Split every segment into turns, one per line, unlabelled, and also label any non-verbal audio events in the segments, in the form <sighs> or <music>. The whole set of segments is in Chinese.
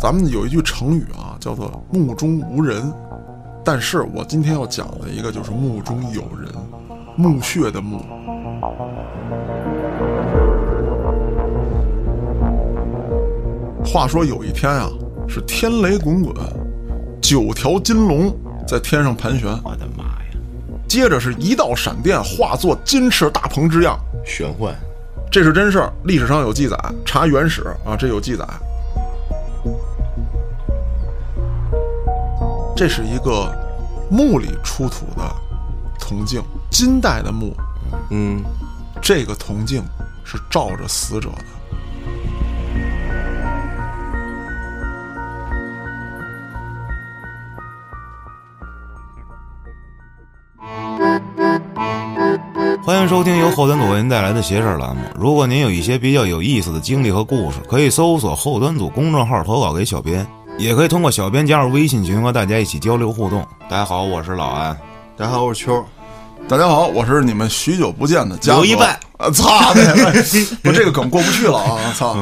咱们有一句成语啊，叫做“目中无人”，但是我今天要讲的一个就是“目中有人”，墓穴的墓。话说有一天啊，是天雷滚滚，九条金龙在天上盘旋，
我的妈呀，
接着是一道闪电化作金翅大鹏之样，
玄幻，
这是真事儿，历史上有记载，查原始啊，这有记载。这是一个墓里出土的铜镜，金代的墓，
嗯，
这个铜镜是照着死者的。
欢迎收听由后端组为您带来的“邪事儿”栏目。如果您有一些比较有意思的经历和故事，可以搜索后端组公众号投稿给小编，也可以通过小编加入微信群和大家一起交流互动。大家好，我是老安。
大家好，我是秋儿，
大家好，我是你们许久不见的嘉
刘一拜
啊， <laughs> 操你妈！不，这个梗过不去了啊！操，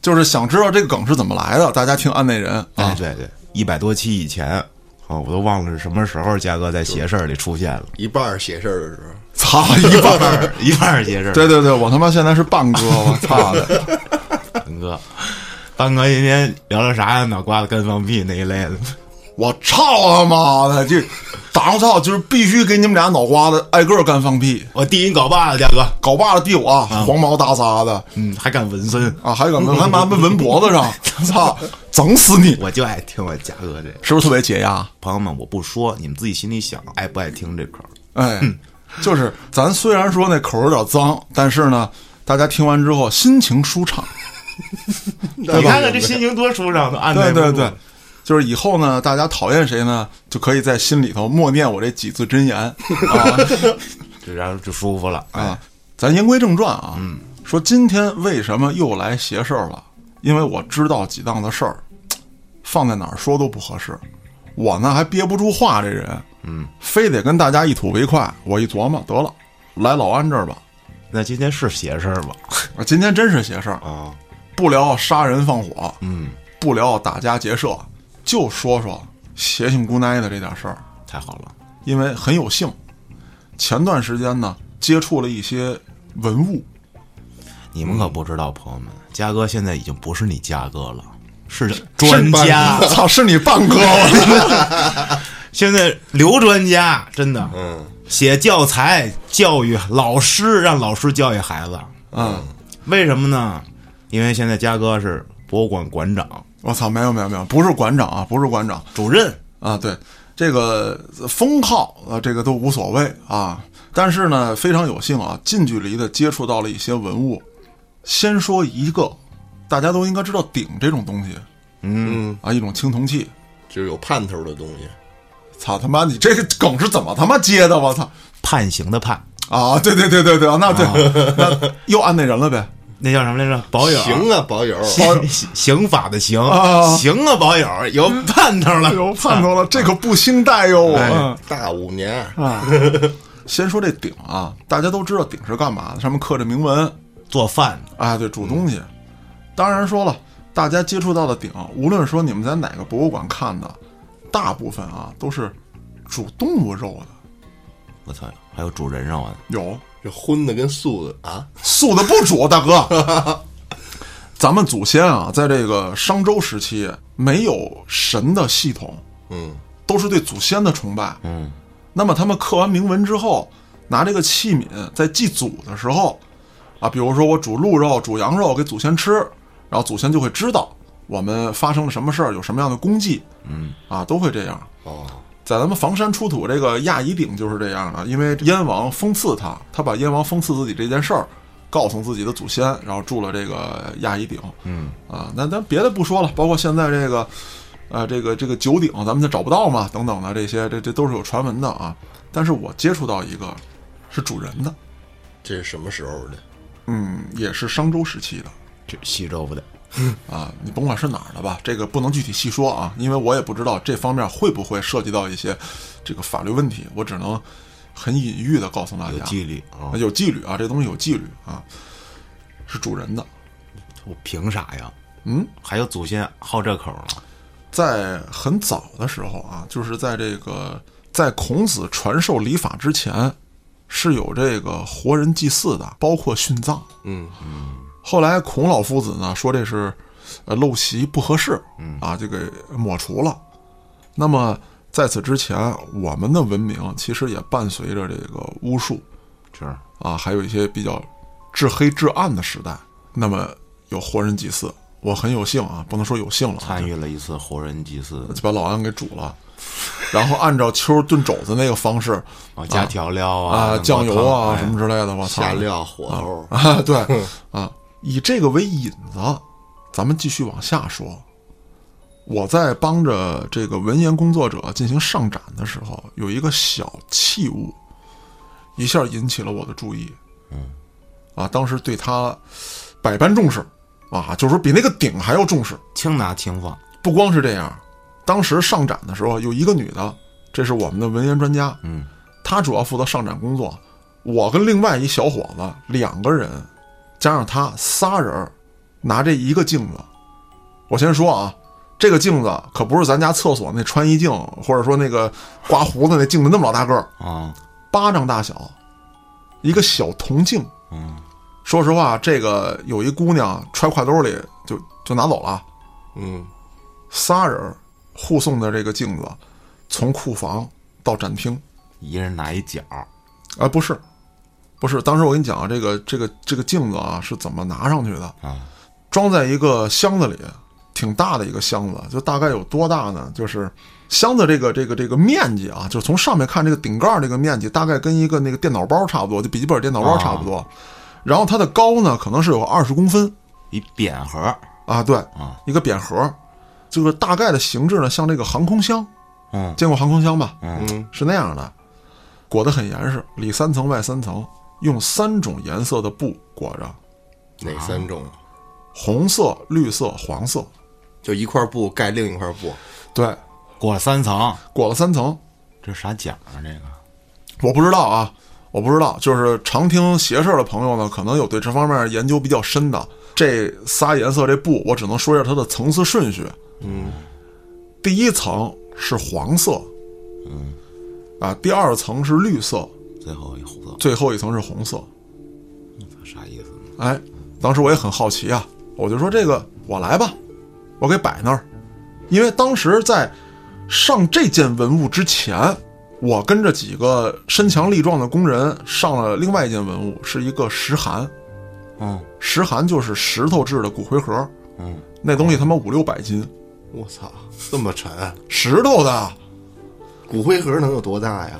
就是想知道这个梗是怎么来的，大家听案内人
哎
啊，，
对对，一百多期以前，啊，我都忘了是什么时候嘉哥在“邪事儿”里出现了，
一半儿写事儿的时候，
操一半儿。
一半儿邪事儿。
对对对，我他妈现在是半哥，
<laughs>
我操的！
丹哥，丹哥今天聊聊啥呀？脑瓜子干放屁那一类的。
我操他妈的！这打上操就是必须给你们俩脑瓜子挨个儿干放屁，
我第一搞爸的嘉哥，
搞罢了第五啊，黄毛大撒的
嗯，还敢纹身，
啊，还敢纹还妈纹脖子
<laughs>
上，操，整死你！
我就爱听我嘉哥这。
是不是特别解压？
朋友们，我不说，你们自己心里想，爱不爱听这口儿？
哎，就是咱虽然说那口儿有点脏，但是呢，大家听完之后心情舒畅。
你看看这心情多舒畅，按
对
耐不住
对对，就是以后呢，大家讨厌谁呢，就可以在心里头默念我这几字
<laughs>
真言啊
这然后就舒服了。哎，
啊。咱言归正传啊，
嗯
说今天为什么又来邪事儿了？因为我知道几档子事儿，放在哪儿说都不合适。我呢还憋不住话，这人，嗯，非得跟大家一吐为快。我一琢磨，得了，来老安这儿吧。
那今天是邪事儿吗？
啊，今天真是邪事儿，
啊，
不聊杀人放火，
嗯，
不聊打家劫舍，就说说邪性姑奶的这点事儿，
太 <laughs> 好了，
因为很有幸，前段时间呢接触了一些文物，
你们可不知道，朋友们，嘉哥现在已经不是你嘉哥了，是专家
我，操，是你半哥，
<laughs> 现在刘专家，真的，
嗯，
写教材教育老师，让老师教育孩子，
嗯，
为什么呢？因为现在嘉哥是博物馆馆长、 <laughs>
我操，没有没有没有，不是馆长啊，不是馆长
主任，
啊，对。这个封号啊，这个都无所谓啊，但是呢，非常有幸啊，近距离的接触到了一些文物。先说一个，大家都应该知道鼎这种东西，
嗯，
啊，一种青铜器。
就是有盼头的东西，
操他妈，你这个梗是怎么他妈接的？我操！
判刑的判，
啊，对对对对对，那对，那又按那人了呗。
那叫什么来着？保友。
<laughs>
<laughs> 行啊，保友，
刑刑法的刑
啊，哎
行啊，保友有盼头
<laughs>
<laughs>
了，
有盼头了，这可不兴贷哟！我、
哎
大五年，啊
嗯
先说这鼎啊，大家都知道鼎是干嘛的，上面刻着铭文
做饭
啊，对，煮东西。当然说了，大家接触到的鼎，无论说你们在哪个博物馆看的，大部分啊都是煮动物肉的，
我操，还有主人肉呢，
有
这荤的跟素的啊，
素的不煮，大哥。 <laughs> 咱们祖先啊，在这个商周时期没有神的系统，
嗯，
都是对祖先的崇拜。嗯，那么他们刻完铭文之后，拿这个器皿在祭祖的时候，啊，比如说我煮鹿肉、煮羊肉给祖先吃，然后祖先就会知道我们发生了什么事儿，有什么样的功绩。嗯，啊，都会这样。
哦，
在咱们房山出土这个亚夷鼎就是这样的，因为燕王封赐他，他把燕王封赐自己这件事儿告诉自己的祖先，然后铸了这个亚夷鼎。嗯啊，那咱别的不说了，包括现在这个，呃，这个这个九鼎，咱们就找不到嘛，等等的这些，这这都是有传闻的啊。但是我接触到一个是主人的，
这是什么时候的？
嗯，也是商周时期的，
这西周不得，
啊，你甭管是哪儿的吧，这个不能具体细说啊，因为我也不知道这方面会不会涉及到一些这个法律问题，我只能很隐喻的告诉大家，
有纪律啊
嗯
啊，有纪律啊，这东西有纪律啊，是主人的，
我凭啥呀？
嗯，
还有祖先好这口了。
在很早的时候啊，就是在这个在孔子传授礼法之前，是有这个活人祭祀的，包括殉葬。
嗯，
后来孔老夫子呢说这是，呃，陋习不合适，啊，就给抹除了。那么在此之前，我们的文明其实也伴随着这个巫术
是，
啊，还有一些比较至黑至暗的时代。那么有活人祭祀，我很有幸啊，不能说有幸了啊，
参与了一次活人祭祀
就把老安给煮了，然后按照秋儿炖肘子那个方式
啊，加调料
啊，
什么
酱油
汤
啊
哎
什么之类的，我操，
下料火候，
<laughs> 啊，对啊，以这个为引子，咱们继续往下说。我在帮着这个文研工作者进行上展的时候，有一个小器物，一下引起了我的注意。嗯，啊，当时对他百般重视，啊，就是说比那个鼎还要重视。
轻拿轻放，
不光是这样，当时上展的时候有一个女的，这是我们的文研专家，
嗯，
她主要负责上展工作。我跟另外一小伙子两个人，加上她仨人儿，拿这一个镜子。我先说啊，这个镜子可不是咱家厕所那穿衣镜，或者说那个刮胡子那镜子那么老大个儿，
啊，
巴掌大小，一个小铜镜。
嗯，
说实话，这个有一姑娘揣挎兜里就就拿走了。
嗯，
仨人护送的这个镜子，从库房到展厅，
一人拿一角，
啊，不是，不是，当时我跟你讲啊，这个这个这个镜子啊是怎么拿上去的
啊？
装在一个箱子里，挺大的一个箱子，就大概有多大呢？就是箱子这个这个这个面积啊，就是从上面看这个顶盖儿这个面积，大概跟一个那个电脑包差不多，就笔记本电脑包差不多。然后它的高呢，可能是有二十公分
一扁盒，
啊，对，
啊
一个扁盒，就是大概的形制呢，像这个航空箱。
嗯
见过航空箱吧？
嗯，
是那样的，裹得很严实，里三层外三层，用三种颜色的布裹着，
哪三种？
红色、绿色、黄色，
就一块布盖另一块布，
对，
过了三层，
裹了三层。
这啥奖啊？这个
我不知道啊，我不知道，就是常听邪事儿的朋友呢，可能有对这方面研究比较深的。这仨颜色这布，我只能说一下它的层次顺序。嗯，第一层是黄色，嗯，啊，第二层是绿色，
最后一胡子，
最后一层是红色。
啥意思呢？
哎，当时我也很好奇啊，我就说这个我来吧，我给摆那儿，因为当时在上这件文物之前，我跟着几个身强力壮的工人上了另外一件文物，是一个石函，
嗯
石函就是石头制的骨灰盒，
嗯，
那东西他妈五六百斤，
我操，这么沉啊！
石头的，
骨灰盒能有多大呀？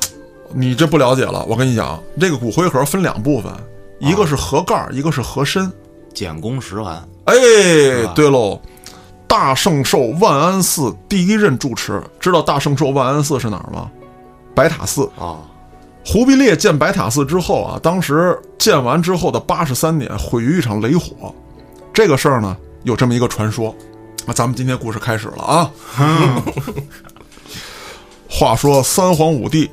你这不了解了。我跟你讲，这个骨灰盒分两部分，
啊
一个是盒盖儿，一个是盒身。
简公石函，
哎，对喽，大圣寿万安寺第一任住持，知道大圣寿万安寺是哪儿吗？白塔寺。
啊，
忽必烈建白塔寺之后啊，当时建完之后的八十三年，毁于一场雷火。这个事儿呢，有这么一个传说。那咱们今天故事开始了啊。话说三皇五帝，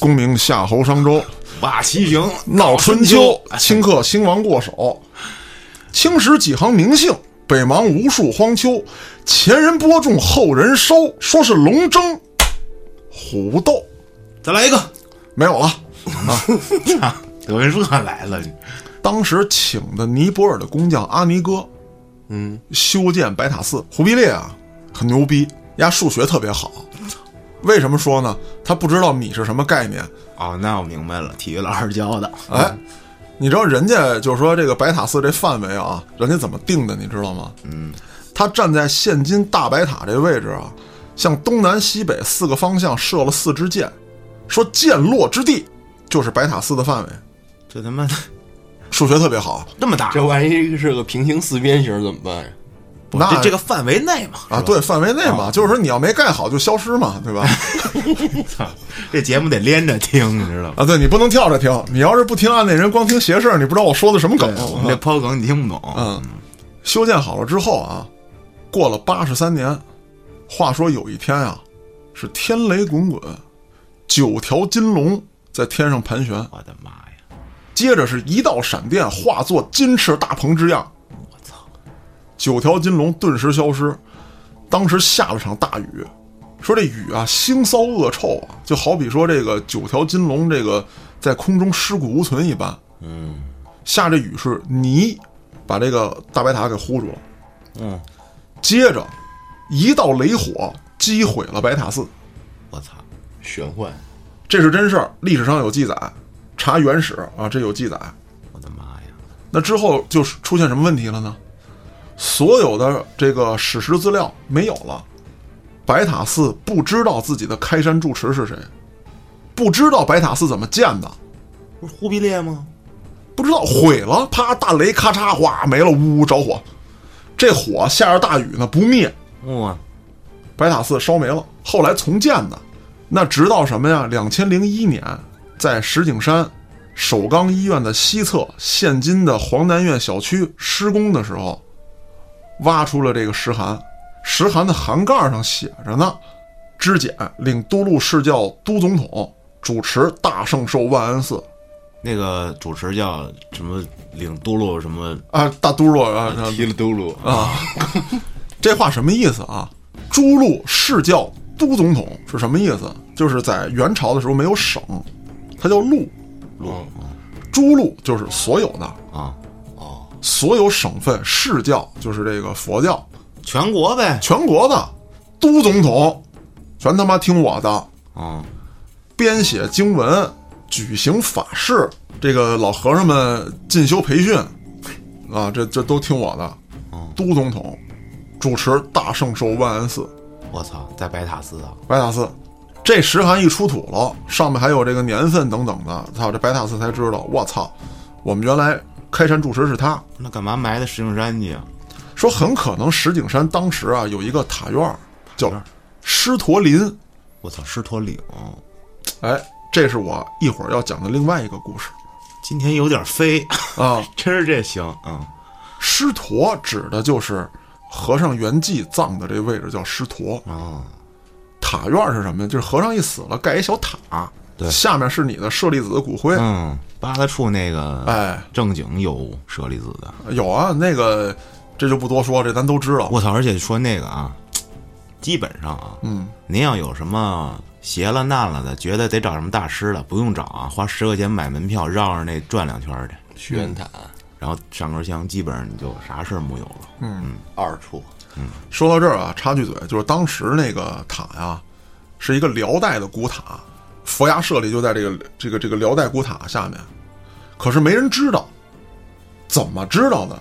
功名夏侯商周，
瓦西行
闹春秋，哎顷刻兴亡过手。青史几行名姓，北邙无数荒丘。前人播种，后人收。说是龙争虎斗，
再来一个，
没有了。
德云社来了，
当时请的尼泊尔的工匠阿尼哥，嗯，修建白塔寺。忽必烈啊，很牛逼，丫数学特别好。为什么说呢？他不知道米是什么概念，
哦，那我明白了，体育老师教的，
哎，你知道人家就是说这个白塔寺这范围啊，人家怎么定的，你知道吗？嗯，他站在现今大白塔这位置啊，向东南西北四个方向射了四支箭，说箭落之地就是白塔寺的范围。
这他妈的
数学特别好，
这么大，
这万一是个平行四边形怎么办呀？
那
这这个范围内嘛，
啊，对范围内嘛，就是说你要没盖好就消失嘛，对吧？
操， <laughs> 这节目得连着听，你知道吗？
啊，对你不能跳着听，你要是不听案内人，光听邪事儿，你不知道我说的什么梗。啊
我们这抛梗你听不懂，
嗯，修建好了之后啊，过了八十三年，话说有一天啊，是天雷滚滚，九条金龙在天上盘旋，
我的妈呀，
接着是一道闪电化作金翅大鹏之样，
我操，
九条金龙顿时消失。当时下了场大雨，说这雨啊腥骚恶臭啊，就好比说这个九条金龙这个在空中尸骨无存一般。嗯，下这雨是泥，把这个大白塔给糊住了。
嗯，
接着一道雷火击毁了白塔寺。
我操，
玄幻，
这是真事儿，历史上有记载，查原史啊，这有记载。
我的妈呀！
那之后就是出现什么问题了呢？所有的这个史实资料没有了，白塔寺不知道自己的开山住持是谁，不知道白塔寺怎么建的，
不是忽必烈吗？
不知道毁了，啪大雷咔嚓哗没了，呜呜着火，这火下着大雨呢不灭，
哇，
啊
白塔寺烧没了，后来重建的。那直到什么呀？两千零一年，在石景山首钢医院的西侧，现今的黄南苑小区施工的时候，挖出了这个石函。石函的函盖上写着呢：“知检领都路市教都总统主持大圣寿万安寺
那个主持叫什么领都路什么？
啊，大都若啊，啊
提了兜路
这话什么意思啊？诸路世教都总统是什么意思？就是在元朝的时候没有省，它叫路。
路，
诸路就是所有的
啊，
所有省份市教就是这个佛教，
全国呗。
全国的都总统全他妈听我的，
啊，
编写经文，举行法事，这个老和尚们进修培训，啊，这这都听我的。都总统主持大圣寿万安寺。
我操，在白塔寺啊，
白塔寺。这石函一出土了，上面还有这个年份等等的，操！这白塔寺才知道，我操，我们原来开山住持是他。
那干嘛埋在石景山去啊？
说很可能石景山当时啊有一个塔院儿叫狮驼林，
我操，狮驼岭，
哎，这是我一会儿要讲的另外一个故事
今天有点飞，
啊。
真是这行啊
狮驼指的就是和尚圆寂葬的这位置叫狮驼，
啊！
塔院是什么呢？就是和尚一死了，盖一小塔，
对
下面是你的舍利子的骨灰，
嗯，八大处那个
哎，
正经有舍利子的，
有啊，那个这就不多说，这咱都知道。
我操！而且说那个啊，基本上啊，嗯，您要有什么邪了难了的，觉得得找什么大师了，不用找啊，花十块钱买门票，绕着那转两圈儿去，
虚渊塔
然后上根香，基本上你就啥事儿木有了。
二处，
说到这儿啊，插句嘴，就是当时那个塔呀、是一个辽代的古塔，佛牙舍利就在这个这个这个辽代古塔下面，可是没人知道，怎么知道的？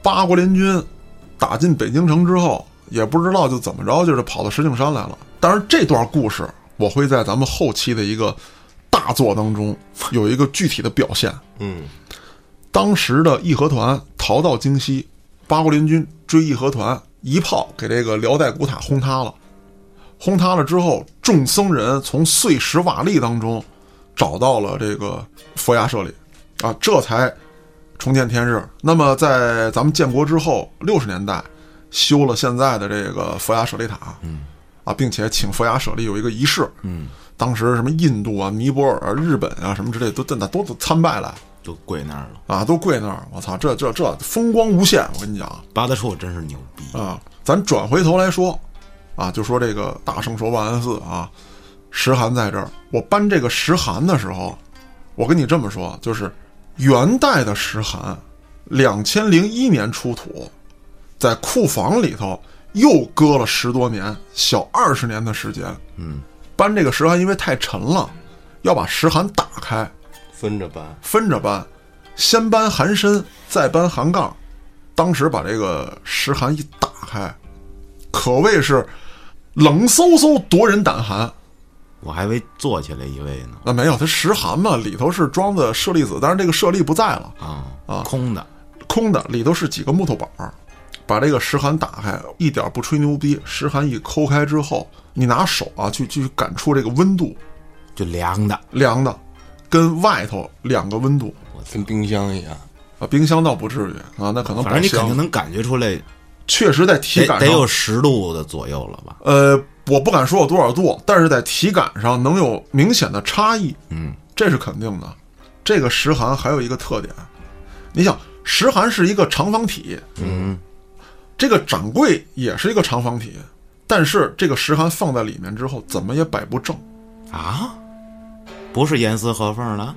八国联军打进北京城之后，也不知道就怎么着，就是跑到石景山来了。当然，这段故事我会在咱们后期的一个大作当中有一个具体的表现。
嗯，
当时的义和团逃到京西，八国联军追义和团，一炮给这个辽代古塔轰塌了。轰塌了之后，众僧人从碎石瓦砾当中找到了这个佛牙舍利，啊，这才重见天日。那么，在咱们建国之后六十年代，修了现在的这个佛牙舍利塔，嗯，啊，并且请佛牙舍利有一个仪式，嗯，当时什么印度啊、尼泊尔啊、日本啊什么之类，都都都都参拜来。
都跪那儿了，
啊，都跪那儿，我操，这这这风光无限，我跟你讲
八大处真是牛逼！
啊，咱转回头来说，啊，就说这个大圣说万安寺啊，石函在这儿，我搬这个石函的时候，我跟你这么说，就是元代的石函，两千零一年出土，在库房里头又搁了十多年，小二十年的时间，嗯，搬这个石函因为太沉了，要把石函打开，
分着搬，
分着搬，先搬含身，再搬含杠。当时把这个石函一打开，可谓是冷飕飕夺人胆寒。
我还以为坐起来一位呢
那没有，它石函嘛，里头是装的舍利子，但是这个舍利不在了，
啊空的，
空的，里头是几个木头板儿。把这个石函打开，一点不吹牛逼，石函一抠开之后，你拿手啊去去感触这个温度，
就凉的，
凉的，跟外头两个温度
跟冰箱一样，
啊，冰箱倒不至于啊，那可能
反正你
保
肯
鲜
定能感觉出来，
确实在体
得
感上
得有十度的左右了吧？
呃，我不敢说有多少度，但是在体感上能有明显的差异，嗯，这是肯定的。这个石函还有一个特点，你想，石函是一个长方体，嗯，这个掌柜也是一个长方体，但是这个石函放在里面之后，怎么也摆不正。
啊，不是严丝合缝的，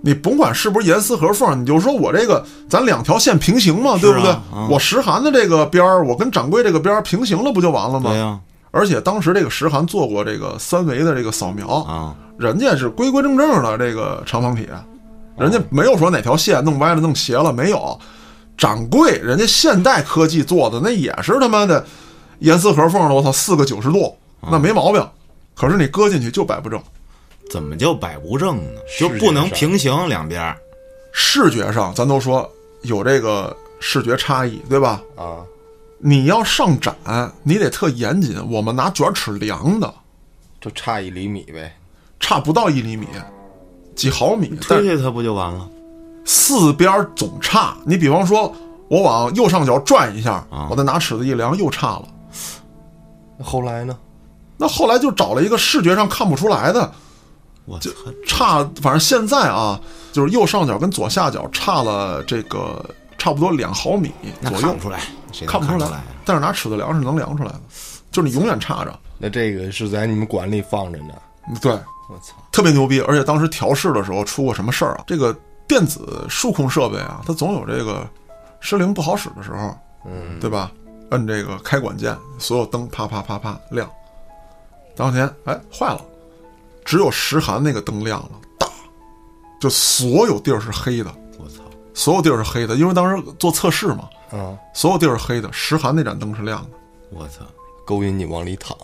你甭管是不是严丝合缝，你就说我这个咱两条线平行嘛，对不对？
嗯
我石函的这个边儿，我跟掌柜这个边儿平行了，不就完了吗？
对啊呀、
而且当时这个石函做过这个三维的这个扫描，
啊，
人家是规规正正的这个长方体，啊人家没有说哪条线弄歪了、弄斜了，没有。掌柜，人家现代科技做的那也是他妈的严丝合缝的，我操，四个九十度，那没毛病。可是你搁进去就摆不正，
怎么就摆不正呢？
视
就
觉
不能
上
平行两边儿？
视觉上咱都说有这个视觉差异，对吧？
啊，
你要上展，你得特严谨。我们拿卷尺量的，
就差一厘米呗。
差不到一厘米，几毫米，但
推推它不就完了？
四边儿总差。你比方说，我往右上角转一下，我再拿尺子一量，又差了。
那后来呢？
那后来就找了一个视觉上看不出来的
我操！
差，反正现在啊，就是右上角跟左下角差了这个差不多两毫米
那
左
看
右
不，出来，啊谁能
看不出
出
来。但是拿尺子量是能量出来的，就是你永远差着。
那这个是在你们馆里放着呢。
对，
我操，
特别牛逼，而且当时调试的时候出过什么事儿啊？这个电子数控设备啊，它总有这个失灵不好使的时候，嗯，对吧？摁这个开关键，所有灯啪啪啪啪亮。当天哎坏了，只有石函那个灯亮了，大，就所有地儿是黑的，
我操！
所有地儿是黑的，因为当时做测试嘛，
啊，
所有地儿是黑的，石函那盏灯是亮的。
我操！
勾引你往里躺。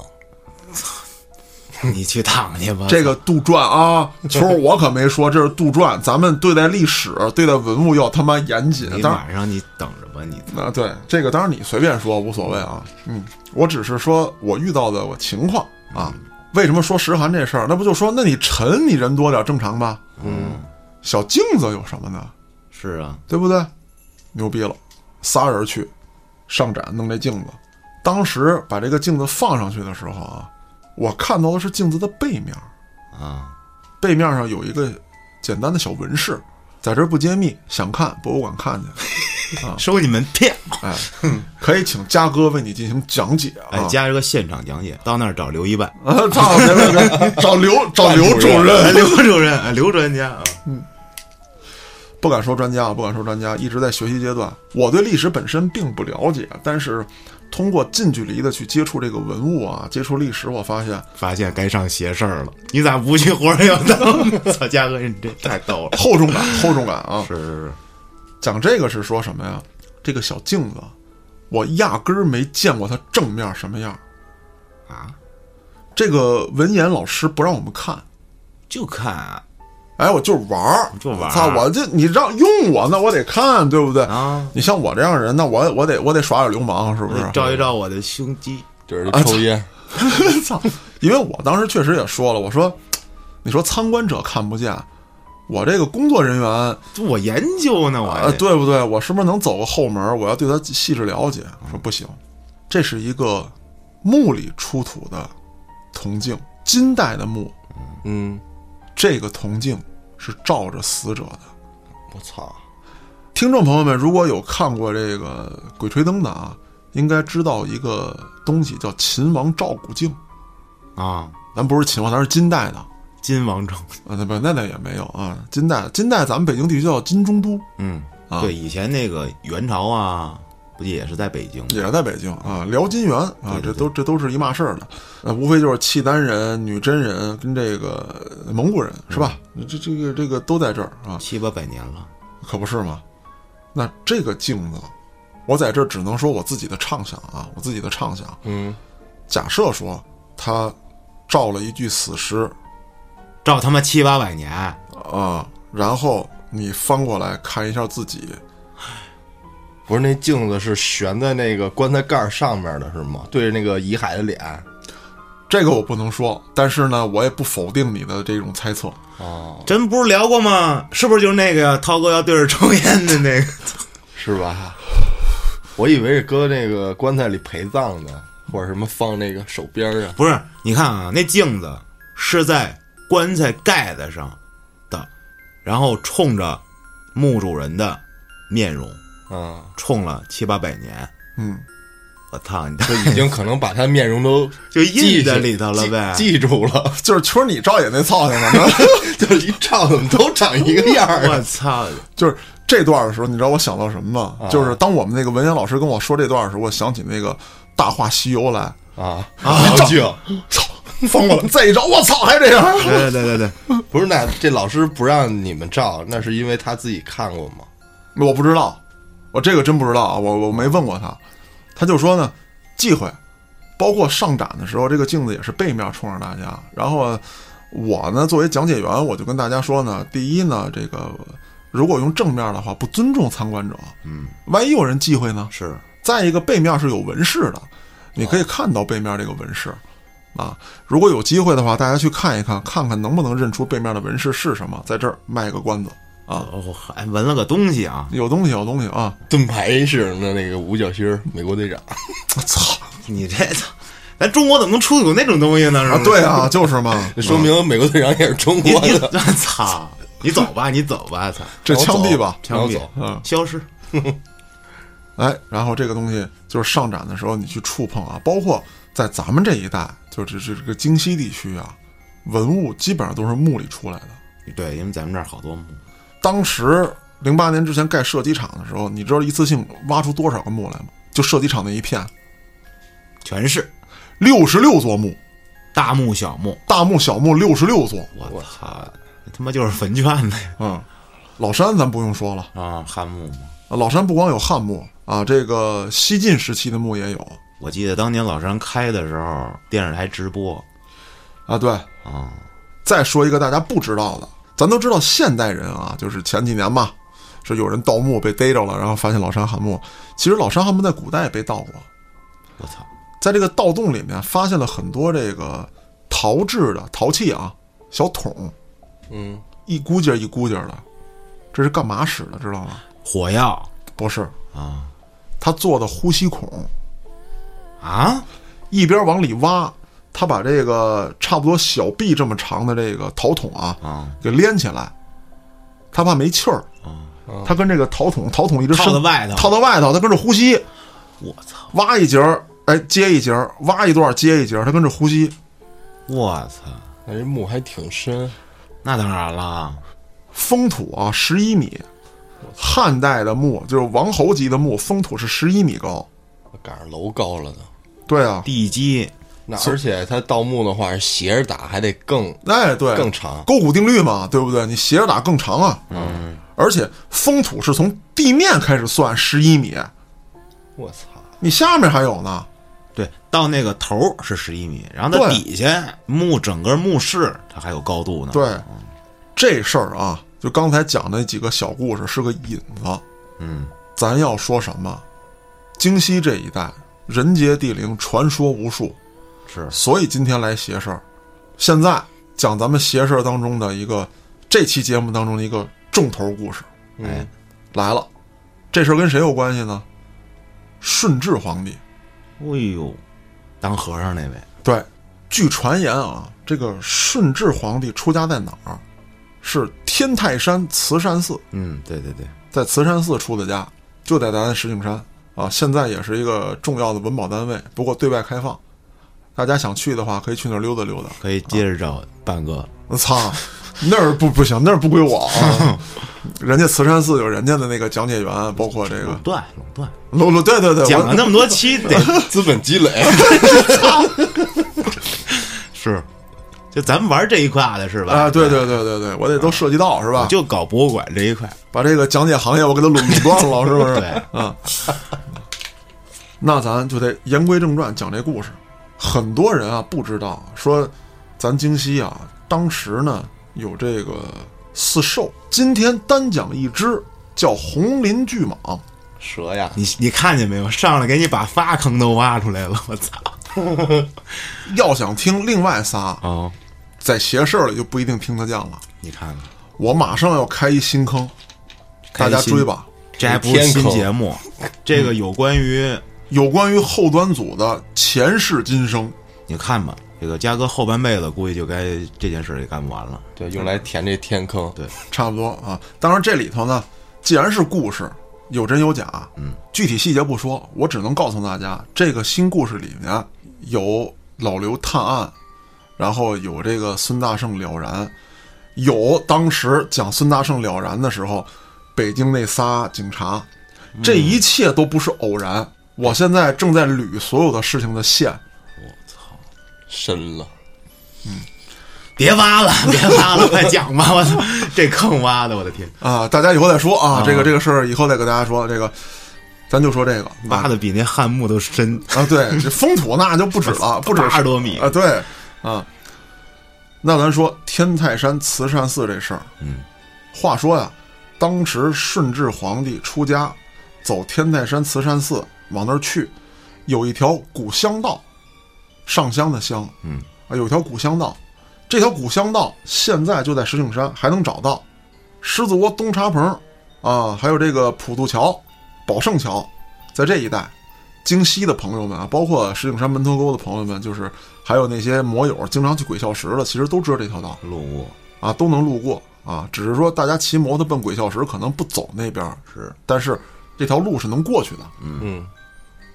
你去躺去吧。
这个杜撰啊，球儿我可没说，这是杜撰。咱们对待历史、对待文物要他妈严谨。
你
当然，
晚上你等着吧，你
那对这个当然你随便说无所谓啊。嗯，我只是说我遇到的我情况啊。为什么说石函这事儿？那不就说，那你沉，你人多点儿正常吧？
嗯，
小镜子有什么呢？
是啊，
对不对？牛逼了，仨人去上展弄这镜子。当时把这个镜子放上去的时候啊，我看到的是镜子的背面儿。
啊，
背面上有一个简单的小纹饰，在这儿不揭秘，想看博物馆看去，啊
收你们票。
哎，可以请嘉哥为你进行讲解
哎，
啊。
加一个现场讲解，到那儿找刘一半，
啊， <laughs> 操，别别别，找刘找刘主
哎
任，
刘主任，哎刘专家啊，
不敢说专家，不敢说专家，一直在学习阶段。我对历史本身并不了解，但是通过近距离的去接触这个文物啊，接触历史，我发现
发现该上邪事儿了。你咋不去活人要当？ <laughs> 操，嘉哥，你这太逗了。
厚重感，厚重感啊。
是是是，
讲这个是说什么呀？这个小镜子，我压根儿没见过它正面什么样。
啊，
这个文言老师不让我们看，
就看啊
哎，我就是玩儿，
就玩儿
操，我这你让用我，那我得看，对不对？
啊，
你像我这样人，那我我得我得耍点流氓，是不是？
照一照我的胸肌。
就是
啊
抽烟。
<laughs> 操！因为我当时确实也说了，我说，你说参观者看不见，我这个工作人员啊、
我研究呢，我还
呃对不对？我是不是能走个后门？我要对他细致了解。我说不行，这是一个墓里出土的铜镜，金代的墓，
嗯，
这个铜镜是照着死者的。
我操，
听众朋友们，如果有看过这个《鬼吹灯》的啊，应该知道一个东西叫秦王照古镜。
啊，
咱不是秦王，咱是金代的。
金王
<laughs>
城，
啊，那不，那那也没有啊。金代，金代咱们北京地区叫金中都，
嗯，
啊
对，以前那个元朝啊，不也是在北京吗？
也是在北京啊。辽金元啊，这都这都是一码事儿的。那无非就是契丹人、女真人跟这个呃蒙古人是吧？这这个这个都在这儿啊，
七八百年了，
可不是吗？那这个镜子，我在这儿只能说我自己的畅想啊，我自己的畅想。
嗯，
假设说他照了一具死尸
照他妈七八百年，
啊、然后你翻过来看一下自己，
不是那镜子是悬在那个棺材盖儿上面的是吗？对着那个遗骸的脸。
这个我不能说，但是呢，我也不否定你的这种猜测。
哦，
真不是聊过吗？是不是就是那个呀？涛哥要对着抽烟的那个？ <laughs> <sighs>
是吧？我以为是搁那个棺材里陪葬呢，或者什么放那个手边儿啊。
不是，你看啊，那镜子是在棺材盖子上的，然后冲着墓主人的面容
嗯，
冲了七八百年，
嗯，
我操，你
就已经可能把他面容都
<laughs> 就
记
印在
下
里头了
记
呗
记住了， <laughs>
就是圈你照也那操性嘛， <laughs>
就是一照怎么都长一个样
<laughs> 我 <laughs>
儿。啊
操，
就是这段的时候，你知道我想到什么吗？就是当我们那个文言老师跟我说这段的时候，我想起那个《大话西游》来，
哦
啊啊！
照
剧
操，疯了！再一照，我操，还这样。
对对对对，
不是那这老师不让你们照，那是因为他自己看过吗？
我不知道，我这个真不知道啊，我我没问过他，他就说呢忌讳，包括上展的时候，这个镜子也是背面冲着大家。然后啊我呢作为讲解员，我就跟大家说呢，第一呢，这个如果用正面的话，不尊重参观者，嗯，万一有人忌讳呢？
是
再一个，背面是有纹饰的，你可以看到背面这个纹饰。啊，如果有机会的话，大家去看一看，看看能不能认出背面的纹饰是什么。在这儿卖个关子，
<laughs> 哦，还纹了个东西啊！
有东西，有东西啊！ <laughs>
盾牌式的那个五角星儿美国队长，
我操，
你这，咱中国怎么能出土那种东西呢？是
啊
不，是
<laughs> 对，
<laughs>
啊，就是嘛，
那说明美国队长也是中
你
国
你 <laughs>
<laughs> 的。
操，你走吧， <laughs> 你走吧，操，
这枪毙吧，
枪
我
毙
走，
嗯，
消失，
哎，然后这个东西就是上展的时候你去触碰啊，包括在咱们这一带，就是这这个京西地区啊，文物基本上都是墓里出来的。
对，因为咱们这儿好多墓，
当时零八年之前盖射击场的时候，你知道一次性挖出多少个墓来吗？就射击场那一片，
全是
六十六座墓，
大墓小墓，
大墓小墓六十六座。
我操，他妈就是坟圈子呀！ <laughs>
嗯，老山咱不用说了，
啊，汉墓嘛，
老山不光有汉墓啊，这个西晋时期的墓也有
我记得当年老山开的时候，电视台直播
啊。对，
啊，
再说一个大家不知道的，咱都知道现代人啊，就是前几年嘛，是有人盗墓被逮着了，然后发现老山汉墓。其实老山汉墓在古代也被盗过，
我操，
在这个盗洞里面发现了很多这个陶制的陶器啊，小桶，
嗯，
一估劲儿一估劲儿的，这是干嘛使的，知道吗？
火药
不是，
啊
他做的呼吸孔，
啊！
一边往里挖，他把这个差不多小臂这么长的这个陶桶啊，
啊
给连起来，他怕没气儿，他跟这个陶桶，陶桶一直
套
伸
在外头
套到外头，他跟着呼吸，
我操，
挖一节儿，哎，接一节儿，挖一段儿接一节儿，他跟着呼吸，
我操，
那哎这墓还挺深，
那当然了，
封土啊，十一米。汉代的墓就是王侯级的墓，封土是十一米高。
赶上楼高了都。
对啊，
地基
那而且他盗墓的话是斜着打，还得更
哎，对，
更长
勾股定律嘛，对不对？你斜着打更长啊。嗯。而且封土是从地面开始算十一米，
我操！
你下面还有呢。
对，到那个头儿是十一米，然后它
对
底下墓整个墓室它还有高度呢。嗯
对，这事儿啊，就刚才讲的那几个小故事是个引子。
嗯，
咱要说什么？京西这一带人杰地灵，传说无数，
是
所以今天来邪事儿。现在讲咱们邪事儿当中的一个，这期节目当中的一个重头故事
哎，
来了。这事儿跟谁有关系呢？顺治皇帝。
哎呦，当和尚那位
对，据传言啊，这个顺治皇帝出家在哪儿？是天泰山慈善寺。
嗯，对对对，
在慈善寺出的家，就在咱石景山啊，现在也是一个重要的文保单位，不过对外开放，大家想去的话可以去那儿溜达溜达。
可以接着找半哥。
我操，那儿不不行，那儿不归我啊！人家慈善寺有人家的那个讲解员，包括这个
垄断，垄断，
露露，对对对，
讲了
我
那么多期，得
资本积累，
<laughs> 是，就咱们玩这一块的是吧？
啊，对对对对对，我得都涉及到是吧？
就搞博物馆这一块，
把这个讲解行业我给它垄垄断了，是不是？
<laughs> 对
啊，那咱就得言归正传，讲这故事。很多人啊不知道，说咱京西啊，当时呢有这个四兽，今天单讲一只叫红鳞巨蟒。
蛇呀！
你你看见没有？上来给你把仨坑都挖出来了，我操！
要想听另外仨，
哦，
在邪事儿里就不一定听得见了。
你看看，
我马上要开一新坑，大
开
家
新
追吧。
这还不是
天
新
坑
节目，这个有关于
有关于后端组的前世今生，
你看吧，这个嘉哥后半辈子估计就该这件事儿也干不完了。
对，用来填这天坑。
对
差不多啊。当然这里头呢，既然是故事，有真有假，嗯，具体细节不说，我只能告诉大家，这个新故事里面有老刘探案，然后有这个孙大圣了然，有当时讲孙大圣了然的时候，北京那仨警察，这一切都不是偶然。我现在正在捋所有的事情的线，
深了。
别挖了，别挖了，快讲吧！我操，这坑挖的，我的天，
啊，大家以后再说啊，这个这个事儿以后再给大家说。这个，咱就说这个
挖的比那汉墓都深。
<laughs> 啊，对，这封土那就不止
<laughs>
了，不止
八十多米
啊，对啊。那咱说天泰山慈善寺这事儿，嗯，话说呀，当时顺治皇帝出家，走天泰山慈善寺往那儿去，有一条古香道，上香的香，嗯，啊，有一条古香道，这条古香道现在就在石景山还能找到，狮子窝东茶棚啊，还有这个普渡桥、宝胜桥，在这一带，京西的朋友们啊，包括石景山门头沟的朋友们，就是还有那些摩友经常去鬼笑石的，其实都知道这条道
路过，
啊，都能路过啊。只是说大家骑摩托奔鬼笑石可能不走那边是，但是这条路是能过去的。
嗯，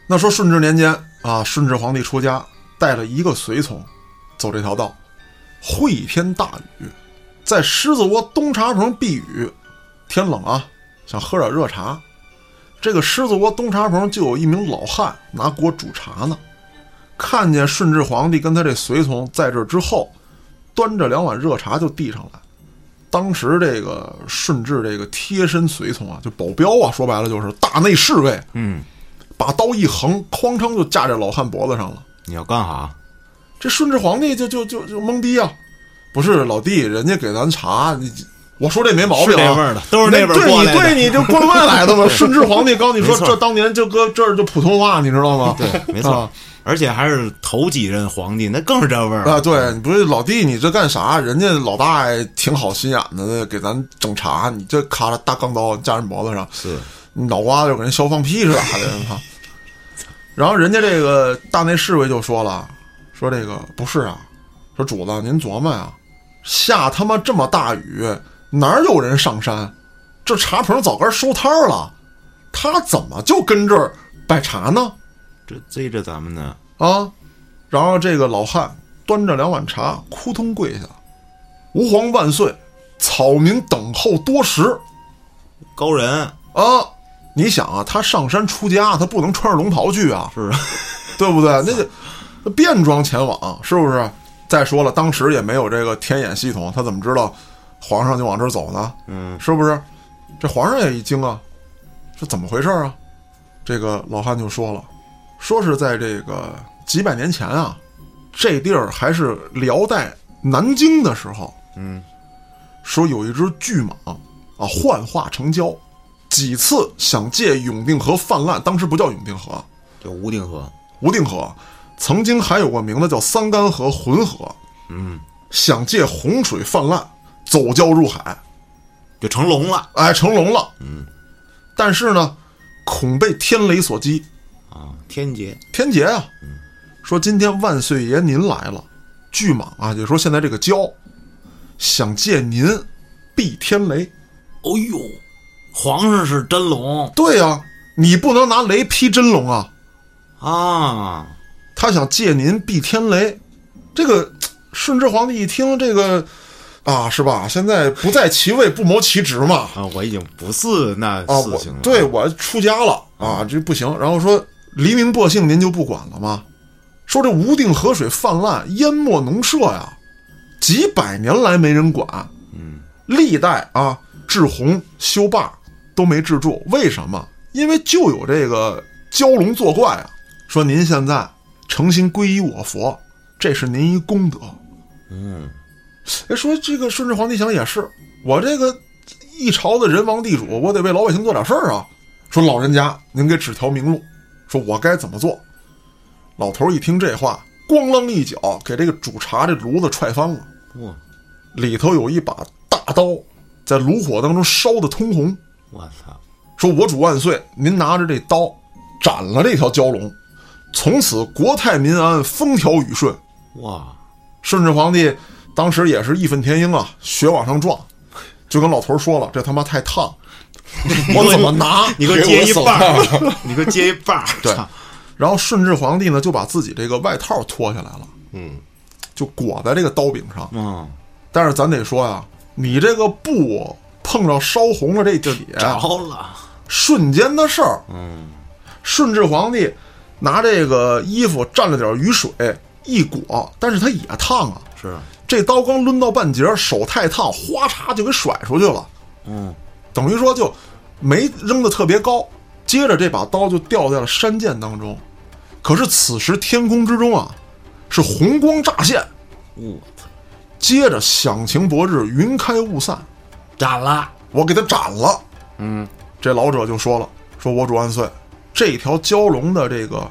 那说顺治年间啊，顺治皇帝出家，带了一个随从，走这条道，会天大雨，在狮子窝东茶棚避雨，天冷啊，想喝点热茶。这个狮子窝东茶棚就有一名老汉拿锅煮茶呢，看见顺治皇帝跟他这随从在这之后，端着两碗热茶就递上来。当时这个顺治这个贴身随从啊，就保镖啊，说白了就是大内侍卫，
嗯，
把刀一横，哐当就架在老汉脖子上了。
你要干啥？
这顺治皇帝就就就就懵逼啊！不是老弟，人家给咱茶，你我说这没毛病、啊，
是那味儿的都是那味儿
对
过来的
你对你这关外来
<laughs>
的嘛。顺治皇帝告诉你说，
没错
这当年就搁这儿就普通话，你知道吗？
对，没错，
啊
而且还是头几任皇帝，那更是这味儿
啊，对，你不是老弟，你这干啥？人家老大爷挺好心眼的，给咱整茶，你这咔着大钢刀架人脖子上，
是
你脑瓜子就跟人削放屁似的，还得
<laughs>
操！然后人家这个大内侍卫就说了，说这个不是啊，说主子您琢磨呀、下他妈这么大雨，哪儿有人上山？这茶棚早该收摊儿了，他怎么就跟这儿摆茶呢？
这追着咱们呢，
啊，然后这个老汉端着两碗茶，扑通跪下，吾皇万岁，草民等候多时
高人
啊！你想啊，他上山出家，他不能穿着龙袍去啊，
是 <laughs>
对不对？那就那便装前往，是不是？再说了，当时也没有这个天眼系统，他怎么知道皇上就往这儿走呢？
嗯，
是不是？这皇上也一惊啊，这怎么回事儿啊？这个老汉就说了，说是在这个几百年前啊，这地儿还是辽代南京的时候，嗯，说有一只巨蟒啊幻化成蛟，几次想借永定河泛滥，当时不叫永定河啊，
就无定河，
无定河，曾经还有过名字叫三干河、浑河。嗯，想借洪水泛滥走蛟入海，
就成龙了。
哎，成龙了。嗯，但是呢，恐被天雷所击，
啊，天劫
天劫啊。说今天万岁爷您来了，巨蟒啊，也说现在这个蛟，想借您避天雷。
哦呦，皇上是真龙
对呀、你不能拿雷劈真龙啊。
啊！
他想借您避天雷。这个顺治皇帝一听这个，啊，是吧？现在不在其位不谋其职嘛。
啊，我已经不是那
啊，
事
我
情了。嗯
对我出家了啊，这不行。然后说黎民百姓您就不管了吗？说这无定河水泛滥，淹没农舍呀，几百年来没人管。嗯，历代啊治洪修坝都没治住，为什么？因为就有这个蛟龙作怪啊。说您现在诚心皈依我佛，这是您一功德。
嗯
哎，说这个顺治皇帝想也是，我这个一朝的人王地主，我得为老百姓做点事儿啊。说老人家，您给指条明路，说我该怎么做。老头儿一听这话，咣啷一脚给这个煮茶这炉子踹翻了，
哇，
里头有一把大刀，在炉火当中烧得通红。
我操！
说我主万岁，您拿着这刀斩了这条蛟龙，从此国泰民安，风调雨顺。
哇，
顺治皇帝
<laughs>
当时也是义愤填膺啊，血往上撞，就跟老头儿说了，这他妈太烫，我怎么拿？
你给我接一半
<laughs>
儿， <laughs> 你给我接一半儿。
对
操，
然后顺治皇帝呢就把自己这个外套脱下来了，
嗯，
就裹在这个刀柄上。
嗯，
但是咱得说呀，你这个布碰着烧红了这铁，
着了，
瞬间的事儿。嗯，顺治皇帝拿这个衣服蘸了点雨水一裹，但是他也烫啊。
是，
这刀刚抡到半截儿，手太烫，哗嚓就给甩出去了。
嗯，
等于说就没扔的特别高，接着这把刀就掉在了山涧当中。可是此时天空之中啊，是红光乍现，
我
接着响晴博日，云开雾散，
斩了，
我给他斩了。嗯，这老者就说了，说我主万岁，这条蛟龙的这个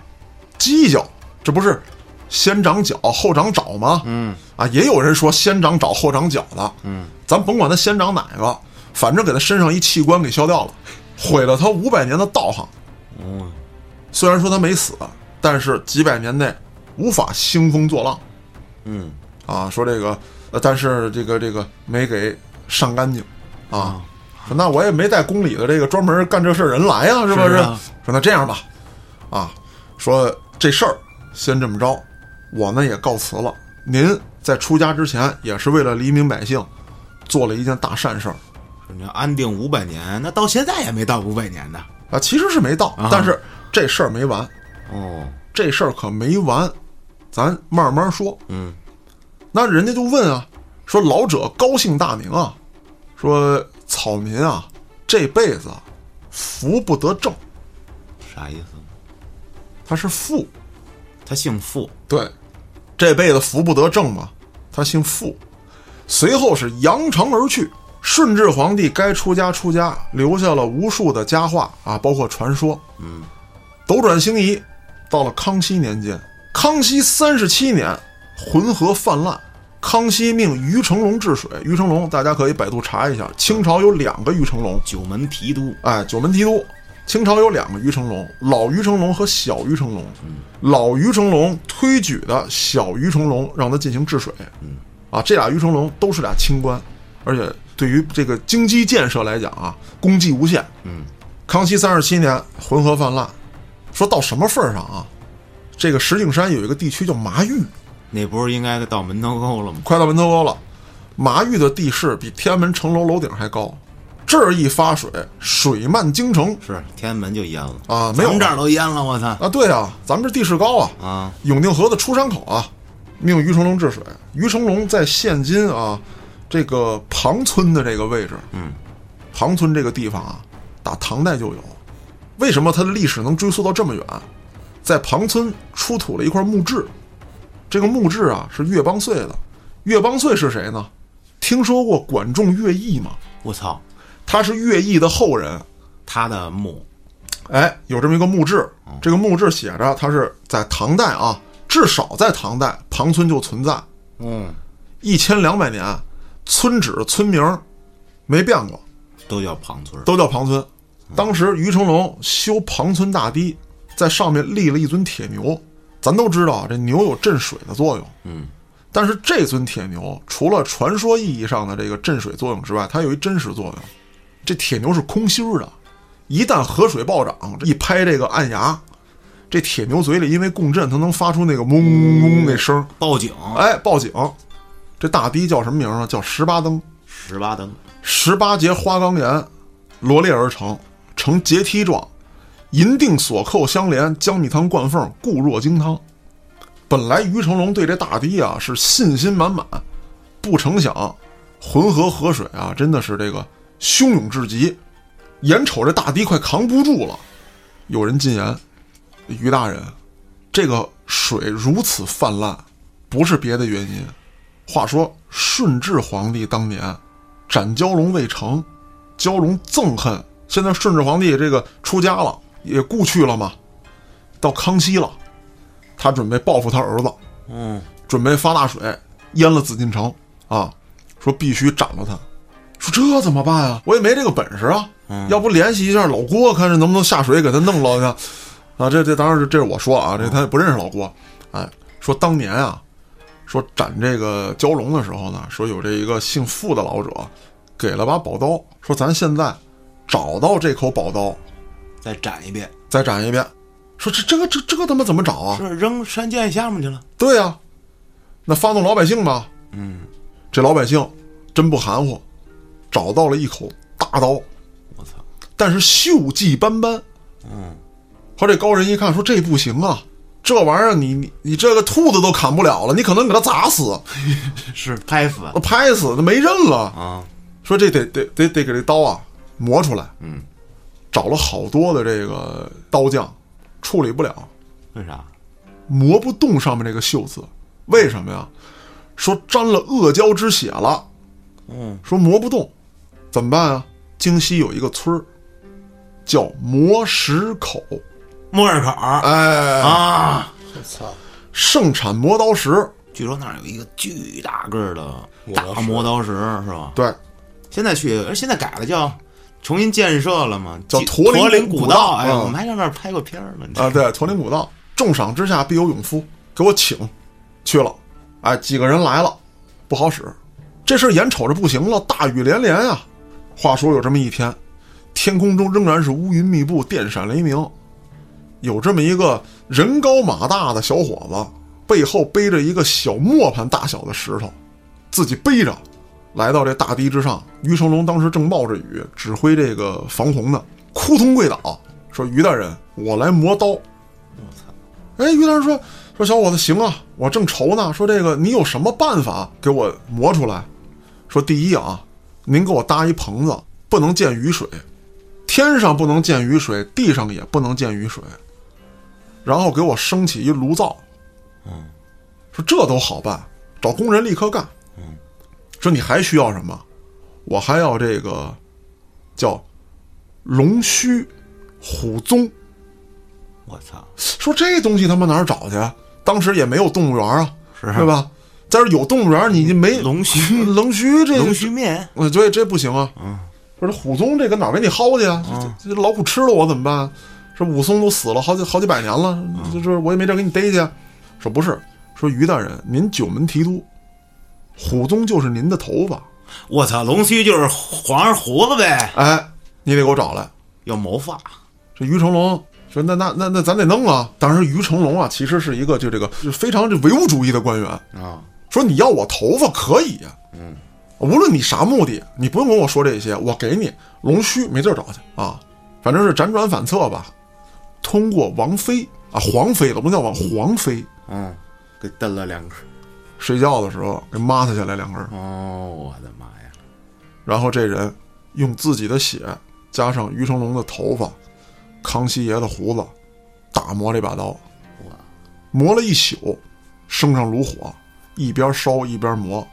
犄角，这不是先长角后长爪吗？嗯，啊，也有人说先长爪后长角的。嗯，咱甭管他先长哪个，反正给他身上一器官给削掉了，毁了他五百年的道行。虽然说他没死，但是几百年内无法兴风作浪。
嗯，
啊，说这个，呃，但是这个这个没给上干净，啊，说那我也没带宫里的这个专门干这事儿人来呀，是不是？
是啊
说那这样吧，啊，说这事儿先这么着，我呢也告辞了。您在出家之前也是为了黎民百姓做了一件大善事儿
说你要安定五百年，那到现在也没到五百年呢。
啊，其实是没到，
啊
但是这事儿没完，
哦，
这事儿可没完，咱慢慢说。
嗯，
那人家就问啊，说老者高姓大名啊？说草民啊，这辈子福不得正，
啥意思？
他是富，
他姓傅，
对，这辈子福不得正嘛，他姓傅。随后是扬长而去。顺治皇帝该出家出家，留下了无数的佳话啊，包括传说。嗯，斗转星移，到了康熙年间，康熙三十七年，浑河泛滥。康熙命于成龙治水。于成龙，大家可以百度查一下，清朝有两个于成龙，
九门提督，
哎，九门提督。清朝有两个于成龙，老于成龙和小于成龙。老于成龙推举的小于成龙，让他进行治水。啊，这俩于成龙都是俩清官，而且对于这个京畿建设来讲啊，功绩无限。嗯，康熙三十七年，浑河泛滥，说到什么份儿上啊？这个石景山有一个地区叫麻峪，
那不是应该到门头沟了吗？
快到门头沟了。麻峪的地势比天安门城楼楼顶还高，这儿一发水，水漫京城，
是，天安门就淹了
啊没
咱
有
们这儿都淹了，我操！
啊，对啊，咱们这地势高啊，
啊，
永定河的出山口啊，命于成龙治水。于成龙在现今啊，这个庞村的这个位置，嗯，庞村这个地方啊，打唐代就有。为什么它的历史能追溯到这么远？在庞村出土了一块墓志，这个墓志啊是岳邦岁的。岳邦岁是谁呢？听说过管仲乐毅吗？
我操，
他是乐毅的后人。
他的墓
哎，有这么一个墓志，这个墓志写着它是在唐代啊，至少在唐代庞村就存在，
嗯，
一千两百年，村址村名儿没变过，
都叫庞村，
都叫庞村。当时于成龙修庞村大堤，在上面立了一尊铁牛，咱都知道啊这牛有镇水的作用，嗯，但是这尊铁牛除了传说意义上的这个镇水作用之外，它有一真实作用，这铁牛是空心儿的，一旦河水暴涨，这一拍这个岸崖，这铁牛嘴里因为共振，它能发出那个嗡嗡嗡那声儿，
报警，
哎，报警。这大堤叫什么名儿呢？叫十八灯。
十八灯，
十八节花岗岩罗列而成，呈阶梯状，银锭锁扣相连，将蜜汤灌缝，固若金汤。本来于成龙对这大堤啊是信心满满，不成想浑河河水啊真的是这个汹涌至极，眼瞅着大堤快扛不住了，有人进言：“于大人，这个水如此泛滥，不是别的原因。话说顺治皇帝当年斩蛟龙未成，蛟龙憎恨。现在顺治皇帝这个出家了，也故去了嘛，到康熙了，他准备报复他儿子，
嗯，
准备发大水淹了紫禁城啊，说必须斩了他。说这怎么办啊？我也没这个本事啊，要不联系一下老郭，看这能不能下水给他弄了去。啊，这这当然是这是我说啊，这他也不认识老郭。哎，说当年啊，说斩这个蛟龙的时候呢，说有这一个姓傅的老者给了把宝刀，说咱现在找到这口宝刀，
再斩一遍，
再斩一遍。说这这个这这个他妈怎么找啊？
是扔山涧下面去了，
对呀、那发动老百姓吧。嗯，这老百姓真不含糊，找到了一口大刀，<laughs>
我操，
但是锈迹斑斑。嗯，和这高人一看说这不行啊，这玩意儿你你你这个兔子都砍不了了，你可能给它砸死、
是拍死
拍死，啊那没刃了。
啊，
说这得得得得给这刀啊磨出来。嗯，找了好多的这个刀匠，处理不了，
为啥？
磨不动上面这个锈字，为什么呀？说沾了恶胶之血了，
嗯，
说磨不动，怎么办啊？京西有一个村儿叫磨石口，
莫尔坎
哎，
啊，
盛产磨刀石，
据说那儿有一个巨大个儿的
磨刀
大
石
磨刀石，是吧？
对，
现在去，而现在改了叫。重新建设了嘛？
叫
几
驼
驼
铃
铃
古
古
道
哎，
嗯
我们还上那儿拍过片儿呢。你知道
啊，对，驼铃古道，重赏之下必有勇夫，给我请，去了，哎，几个人来了，不好使，这事儿眼瞅着不行了，大雨连连啊。话说有这么一天，天空中仍然是乌云密布，电闪雷鸣，有这么一个人高马大的小伙子，背后背着一个小磨盘大小的石头，自己背着。来到这大堤之上，于成龙当时正冒着雨指挥这个防洪呢，扑通跪倒，说：“于大人，我来磨刀。”哎，于大人说说小伙子行啊，我正愁呢，说这个你有什么办法给我磨出来？说第一啊，您给我搭一棚子，不能见雨水，天上不能见雨水，地上也不能见雨水，然后给我升起一炉灶。嗯，说这都好办，找工人立刻干。嗯，说你还需要什么？我还要这个叫龙须虎鬃。
我操，
说这东西他妈哪儿找去？啊当时也没有动物园啊，是吧？但是有动物园，你就没
龙
<laughs>
须
龙须这
龙须，嗯面，
我觉得这不行啊。不是虎鬃这个哪儿给你薅去啊？
嗯
这这这老虎吃了我怎么办？这武松都死了好几好几百年了，
嗯
这这我也没地儿给你逮去啊。说不是，说于大人，您九门提督，虎鬃就是您的头发，
我操，龙须就是皇上胡子呗，
哎，你得给我找来。
要毛发，
这于成龙说：“那那那那咱得弄啊！”当时于成龙啊，其实是一个就这个就非常这唯物主义的官员
啊。
说你要我头发可以呀、嗯，无论你啥目的，你不用跟我说这些，我给你龙须没地儿找去啊！反正是辗转反侧吧，通过王菲啊，黄妃了，不能叫王黄妃，
嗯，给蹬了两根儿。
睡觉的时候给抹擦下来两根儿，
哦，我的妈呀！
然后这人用自己的血加上于成龙的头发、康熙爷的胡子，打磨这把刀，磨了一宿，升上炉火，一边烧一边磨，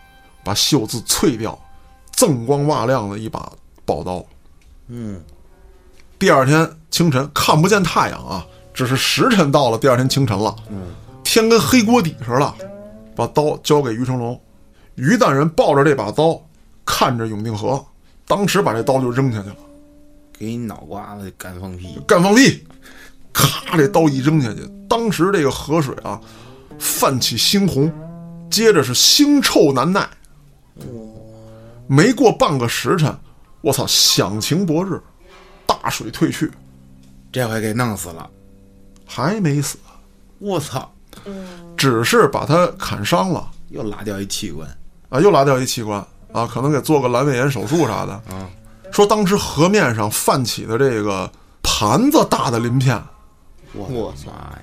把锈字淬掉，锃光瓦亮的一把宝刀。
嗯，
第二天清晨看不见太阳啊，只是时辰到了，第二天清晨了，嗯，天跟黑锅底似的，把刀交给于成龙，于大人抱着这把刀，看着永定河，当时把这刀就扔下去了，
给你脑瓜子干放屁，
干放屁，咔，这刀一扔下去，当时这个河水啊，泛起猩红，接着是腥臭难耐，没过半个时辰，我操，响晴博日，大水退去，
这回给弄死了。
还没死。
我操，
只是把他砍伤了
又拉掉一器官。
啊，又拉掉一器官啊，可能给做个阑尾炎手术啥的。啊，说当时河面上泛起的这个盘子大的鳞片，
我的妈呀！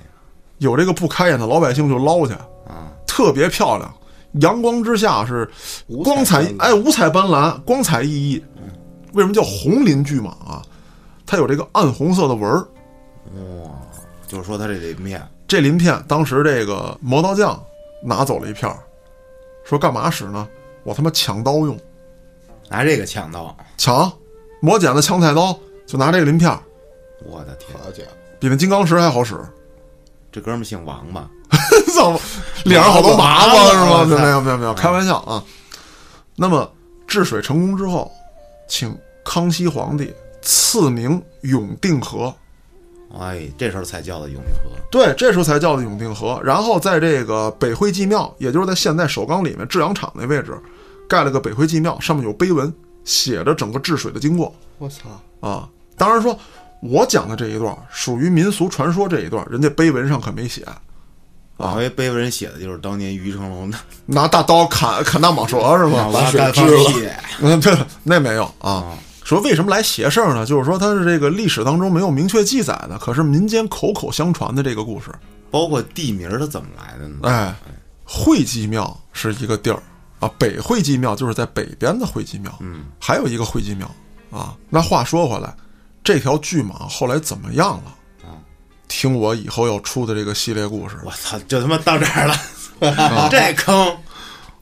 有这个不开眼的老百姓就捞去啊，特别漂亮。阳光之下是光彩，哎，五彩斑斓，光彩熠熠。为什么叫红鳞巨蟒啊？它有这个暗红色的纹儿。
就是说他这得面，
这鳞片当时这个磨刀匠拿走了一片儿，说干嘛使呢？我他妈抢刀用。
拿这个抢刀。
抢，磨剪子、抢菜刀，就拿这个鳞片儿，
我的天，
好家伙，
比那金刚石还
<laughs>
好使。
这哥们儿姓王吧？
操，脸上好多麻
麻
子
子
是吗？
我操
没有没有没有，开玩笑啊。那么治水成功之后，请康熙皇帝赐名永定河。
哎，这时候才叫的永定河。
对，这时候才叫的永定河。然后在这个北汇祭庙，也就是在现在首钢里面制洋厂那位置，盖了个北汇祭庙，上面有碑文，写着整个治水的经过
我操，
啊。当然说，我讲的这一段属于民俗传说这一段，人家碑文上可没写，
我还以为碑文写的就是当年于成龙的
拿大刀砍砍大蟒蛇是吗？
把
水
干
支
放
了
屁
嗯， <laughs> 对，那没有啊。说为什么来邪事儿呢？就是说它是这个历史当中没有明确记载的，可是民间口口相传的这个故事。
包括地名儿它怎么来的呢？
哎，会稽庙是一个地儿啊，北会稽庙就是在北边的会稽庙，嗯，还有一个会稽庙啊。那话说回来，这条巨蟒后来怎么样了？听我以后要出的这个系列故事，
我操，就他妈到这儿了，这坑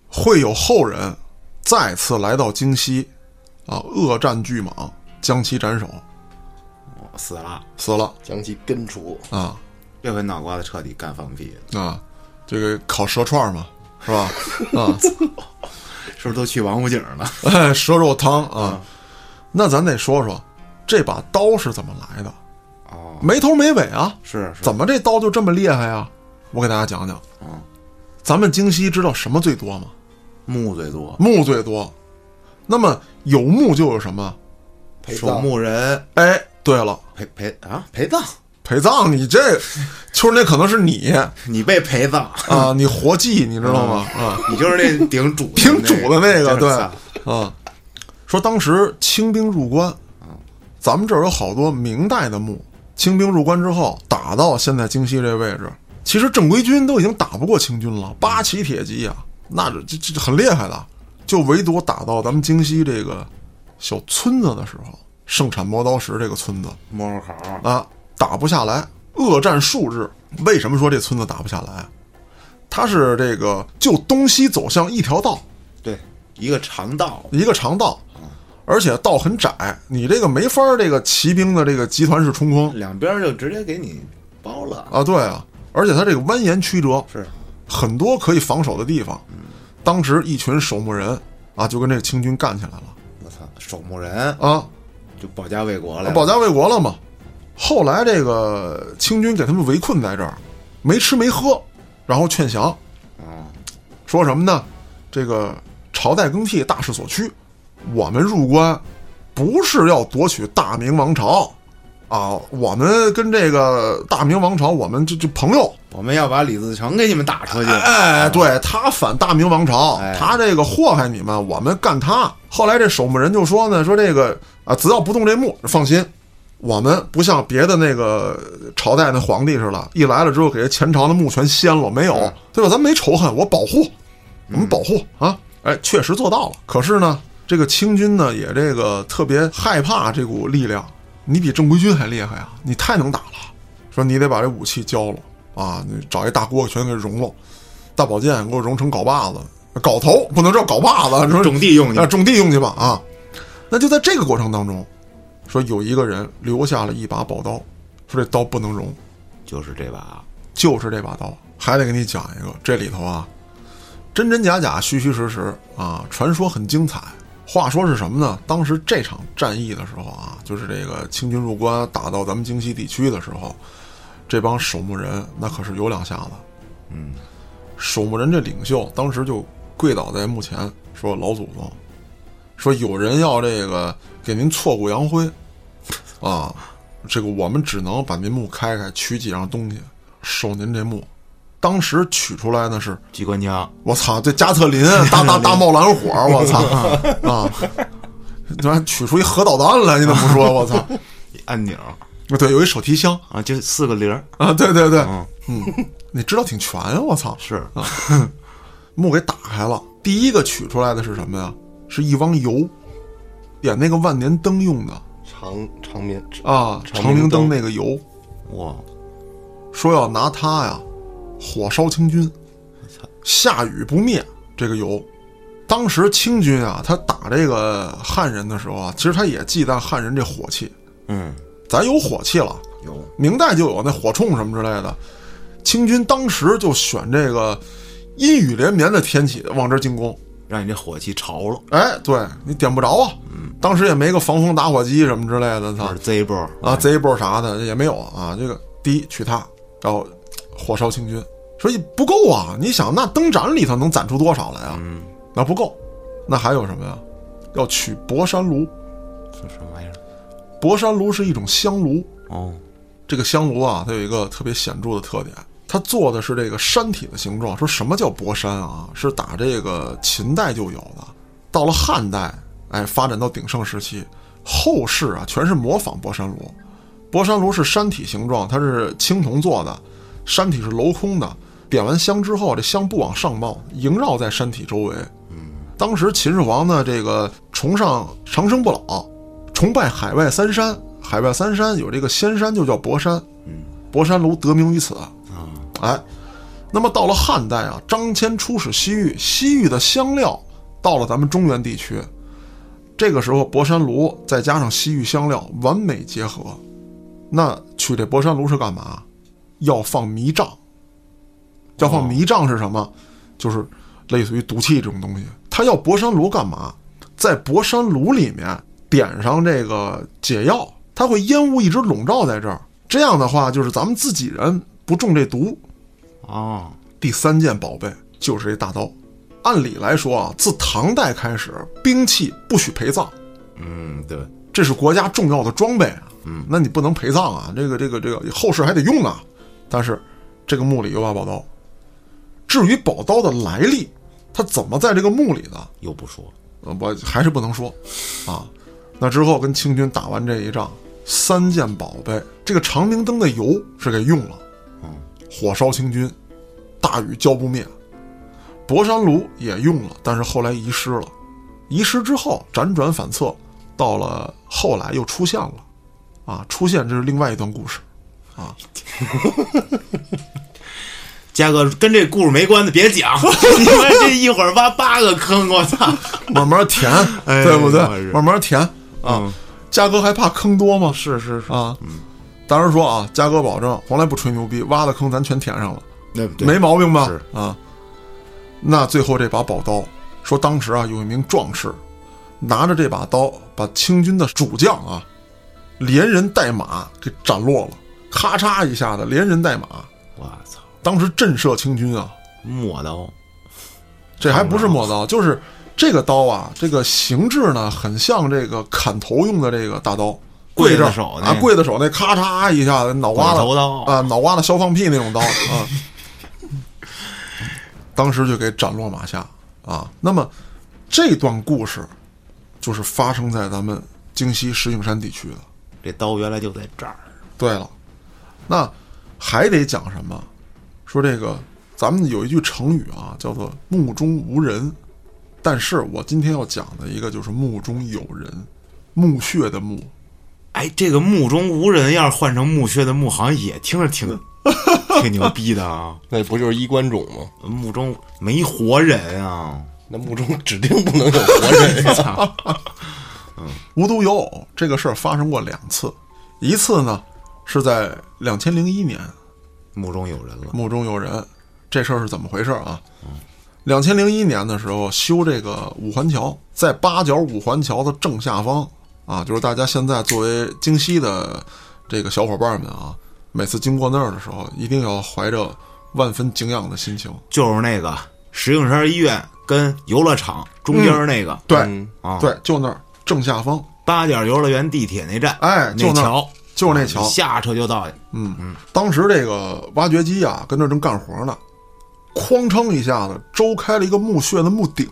会有后人再次来到京西，啊，恶战巨蟒，将其斩首，
我死了，
死了
将其根除。
啊。
这回脑瓜子彻底干放屁了，
啊，这个烤蛇串儿嘛，是吧？ <laughs> 啊，
是不是都去王府井了？
哎，蛇肉汤啊。那咱得说说这把刀是怎么来的，
哦，
没头没尾啊，
是是，
怎么这刀就这么厉害呀、我给大家讲讲。
嗯，
咱们京西知道什么最多吗？
墓最多，
墓最多。那么有墓就有什么？
陪
守
葬
墓人
哎，对了，
陪陪啊陪葬，
陪葬，你这秋儿那可能是你
你被陪葬，
<laughs> 啊，你活祭，你知道吗？啊，
你就是那顶
<laughs>
主的
挺主的那个，
就是
对
操，
啊，说当时清兵入关，咱们这儿有好多明代的墓，清兵入关之后打到现在京西这位置，其实正规军都已经打不过清军了，八旗铁骑啊，那这这这很厉害的，就唯独打到咱们京西这个小村子的时候，盛产磨刀石这个村子
摸摸口，
啊，打不下来，恶战数日。为什么说这村子打不下来啊？它是这个就东西走向一条道，
对，一个长道，
一个长道，而且道很窄，你这个没法儿这个骑兵的这个集团式冲锋
两边儿就直接给你包了，
啊，对啊，而且它这个蜿蜒曲折，
是
很多可以防守的地方。当时一群守墓人啊，就跟这个清军干起来了
我操，守墓人
啊，
就保家卫国了，
保家卫国了嘛。后来这个清军给他们围困在这儿，没吃没喝，然后劝降，
啊，
说什么呢？这个朝代更替，大势所趋，我们入关不是要夺取大明王朝啊，我们跟这个大明王朝，我们这这朋友。
我们要把李自成给你们打出去，啊
哎，对他反大明王朝
嗯哎，
他这个祸害你们，我们干他。后来这守墓人就说呢，说这个啊，只要不动这墓，放心，我们不像别的那个朝代那皇帝似的，一来了之后给这前朝的墓全掀了，没有，对吧？咱没仇恨，我保护，我们保护啊！哎，确实做到了。可是呢，这个清军呢也这个特别害怕这股力量，你比正规军还厉害啊！你太能打了，说你得把这武器交了啊，你找一大锅全给融了，大宝剑给我融成镐把子、镐头，不能叫镐把子，说 <laughs>
种地用你
啊，种地用去吧啊。那就在这个过程当中，说有一个人留下了一把宝刀，说这刀不能容，
就是这把，
就是这把刀。还得给你讲一个，这里头啊，真真假假，虚虚实实啊，传说很精彩。话说是什么呢？当时这场战役的时候啊，就是这个清军入关打到咱们京西地区的时候，这帮守墓人那可是有两下子。嗯，守墓人这领袖当时就跪倒在墓前，说：“老祖宗，说有人要这个给您挫骨扬灰，啊，这个我们只能把您墓开开，取几样东西，收您这墓。当时取出来呢是，
机关枪，
我操，这加特林啊大 <laughs> 大大冒蓝火，我操啊！ <laughs> 怎么还取出一核导弹来？你怎么不说？我操！
按钮
对，有一手提箱
啊，就四个零儿，
啊，对对对，
嗯
嗯，你知道挺全啊！我操，
是
墓给打开了，第一个取出来的是什么呀？是一汪油，点那个万年灯用的
长长眠
啊，长明灯那个油，
哇，
说要拿它呀，火烧清军
操，
下雨不灭这个油。当时清军啊，他打这个汉人的时候啊，其实他也忌惮汉人这火气，
嗯，
咱有火气了，
有
明代就有那火铳什么之类的。清军当时就选这个阴雨连绵的天气往这儿进攻，
让你这火气潮了，
哎，对你点不着啊，当时也没个防风打火机什么之类的，操
或者 Z 波
啊，Zippo 啥的也没有啊。这个第一取它，然后火烧清军，所以不够啊。你想，那灯盏里头能攒出多少来啊？那不够，那还有什么呀？要取博山炉。
这什么玩意儿？
博山炉是一种香炉，
哦，
这个香炉啊，它有一个特别显著的特点，它做的是这个山体的形状。说什么叫博山啊？是打这个秦代就有的，到了汉代，哎，发展到鼎盛时期，后世啊全是模仿博山炉。博山炉是山体形状，它是青铜做的，山体是镂空的。点完香之后，这香不往上冒，萦绕在山体周围。当时秦始皇呢，这个崇尚长生不老，崇拜海外三山。海外三山有这个仙山，就叫博山，博山炉得名于此。哎，那么到了汉代啊，张骞出使西域，西域的香料到了咱们中原地区，这个时候博山炉再加上西域香料完美结合，那取这博山炉是干嘛？要放迷障。要放迷障是什么？就是类似于毒气这种东西。它要博山炉干嘛？在博山炉里面点上这个解药，它会烟雾一直笼罩在这儿。这样的话，就是咱们自己人不中这毒。
哦，
第三件宝贝就是这大刀。按理来说啊，自唐代开始，兵器不许陪葬，
嗯，对，
这是国家重要的装备啊。嗯，那你不能陪葬啊，这个这个这个后世还得用啊。但是这个墓里有把宝刀。至于宝刀的来历，它怎么在这个墓里的，
又不说，
呃我还是不能说啊。那之后跟清军打完这一仗，三件宝贝，这个长明灯的油是给用了，啊火烧清军，大雨浇不灭。博山炉也用了，但是后来遗失了。遗失之后辗转反侧，到了后来又出现了，啊，出现这是另外一段故事。
嘉哥跟这故事没关的，别
<laughs>
讲，你们这一会儿挖八个坑，我操！
慢慢填，
哎
对不对
我日？
慢慢填啊
嗯。
嘉哥还怕坑多吗？是是是啊。当然说啊，嘉哥保证从来不吹牛逼，挖的坑咱全填上了，
那
没毛病吧
是？
啊。那最后这把宝刀，说当时啊有一名壮士，拿着这把刀把清军的主将啊，连人带马给斩落了，咔嚓一下子连人带马，
我操，
当时震慑清军啊，
磨刀，
这还
嗯
不是磨刀，就是这个刀啊，这个形制呢，很像这个砍头用的这个大刀，
刽子
着
手那
啊，刽子手那咔嚓一下子脑瓜
鬼
子
头刀
啊，脑瓜子削放屁那
<laughs>
种刀啊，当时就给斩落马下啊。那么这段故事就是发生在咱们京西石景山地区的。
这刀原来就在这儿。
对了，那还得讲什么？说这个，咱们有一句成语啊，叫做“目中无人”。但是我今天要讲的一个就是“目中有人”，墓穴的墓，
哎，这个墓中无人，要是换成墓穴的墓，好像也听着挺
<laughs>
挺牛逼的啊。
那不就是衣冠冢吗？
墓中没活人啊，
那墓中指定不能有活人 <laughs> 呀。
无独有偶，这个事儿发生过两次。一次呢是在两千零一年，
墓中有人了。
墓中有人，这事儿是怎么回事啊？两千零一年的时候修这个五环桥，在八角五环桥的正下方啊，就是大家现在作为京西的这个小伙伴们啊，每次经过那儿的时候，一定要怀着万分敬仰的心情。
就是那个石景山医院跟游乐场中间那个、
对、
嗯
啊，
对，就那儿正下方，
八角游乐园地铁那站，
哎就
那
那儿
桥，
就是那桥。
下车就到去。
当时这个挖掘机啊，跟那儿正干活呢，哐当一下子周开了一个墓穴的墓顶，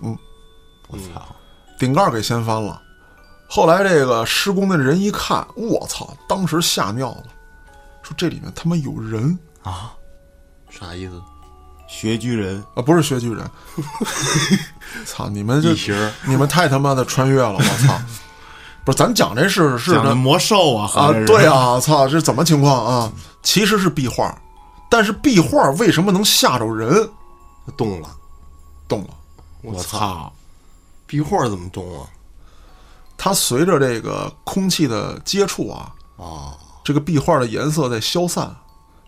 我操，
顶盖儿给掀翻了。后来这个施工的人一看，我操，当时吓尿了，说这里面他妈有人
啥意思？
穴居人
啊，不是穴居人， <laughs> 操你们这
一形儿
你们太他妈的穿越了，我操！不是，咱讲这事是
讲的
呢
魔兽啊，
啊
合着，是
对，啊，操，这怎么情况啊？其实是壁画，但是壁画为什么能吓着人？
动 <laughs> 了，
懂了。
我操，
壁画怎么动啊？
它随着这个空气的接触啊，
哦
这个壁画的颜色在消散，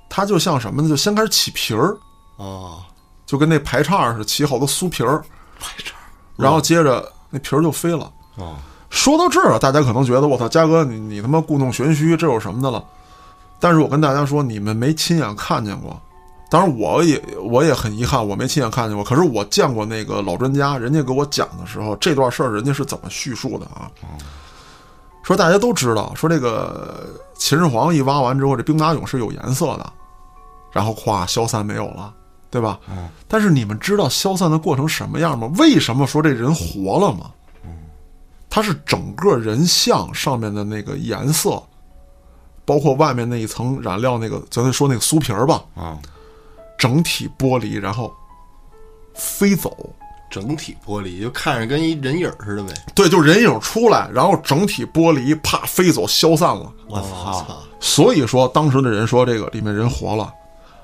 它就像什么呢？就先开始起皮儿，
哦，
就跟那排叉似的，起好多酥皮儿，排叉，然后接着那皮儿就飞了。
哦，
说到这儿啊，大家可能觉得我操，嘉哥你你他妈故弄玄虚，这有什么的了？但是我跟大家说，你们没亲眼看见过，当然，我也我也很遗憾，我没亲眼看见过。可是我见过那个老专家，人家给我讲的时候，这段事儿人家是怎么叙述的啊？说大家都知道，说这个秦始皇一挖完之后，这兵马俑是有颜色的，然后咵消散没有了，对吧？但是你们知道消散的过程什么样吗？为什么说这人活了吗？它是整个人像上面的那个颜色，包括外面那一层染料那个，咱就说那个酥皮儿吧，
啊，
整体剥离，然后飞走。
整体剥离，就看着跟一人影儿似的呗。
对，就人影出来，然后整体剥离，啪飞走，消散了。
我操，
啊
所以说，当时的人说这个里面人活了，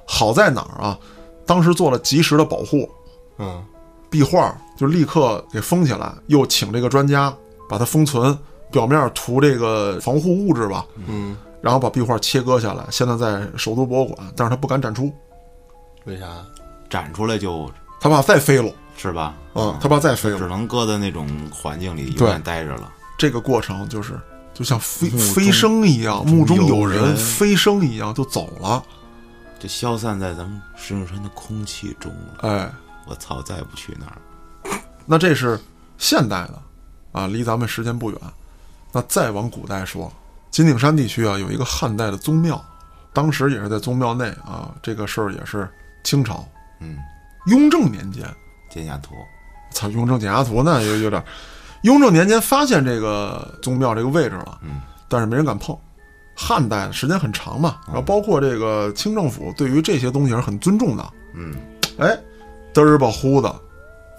好在哪儿啊？当时做了及时的保护，
嗯，
壁画就立刻给封起来，又请这个专家把它封存，表面涂这个防护物质吧，
嗯，
然后把壁画切割下来，现在在首都博物馆，但是他不敢展出，
为啥？
展出来就
他怕再飞了，
是吧，
嗯，他怕再飞
只
了。
能搁在那种环境里永
对
远待着了。
这个过程就是就像飞
目中
飞升一样，目中有
有
人，
人
飞升一样就走了，
就消散在咱们石景山的空气中了。
哎，
我操，再也不去那儿了。
那这是现代的啊，离咱们时间不远。那再往古代说，金顶山地区啊有一个汉代的宗庙，当时也是在宗庙内啊，这个事儿也是清朝，
嗯，
雍正年间，
剑下图，
操，雍正减压图那有有点儿，雍正年间发现这个宗庙这个位置了，
嗯，
但是没人敢碰。汉代时间很长嘛，
嗯
然后包括这个清政府对于这些东西还是很尊重的，
嗯，
哎，嘚儿吧呼的，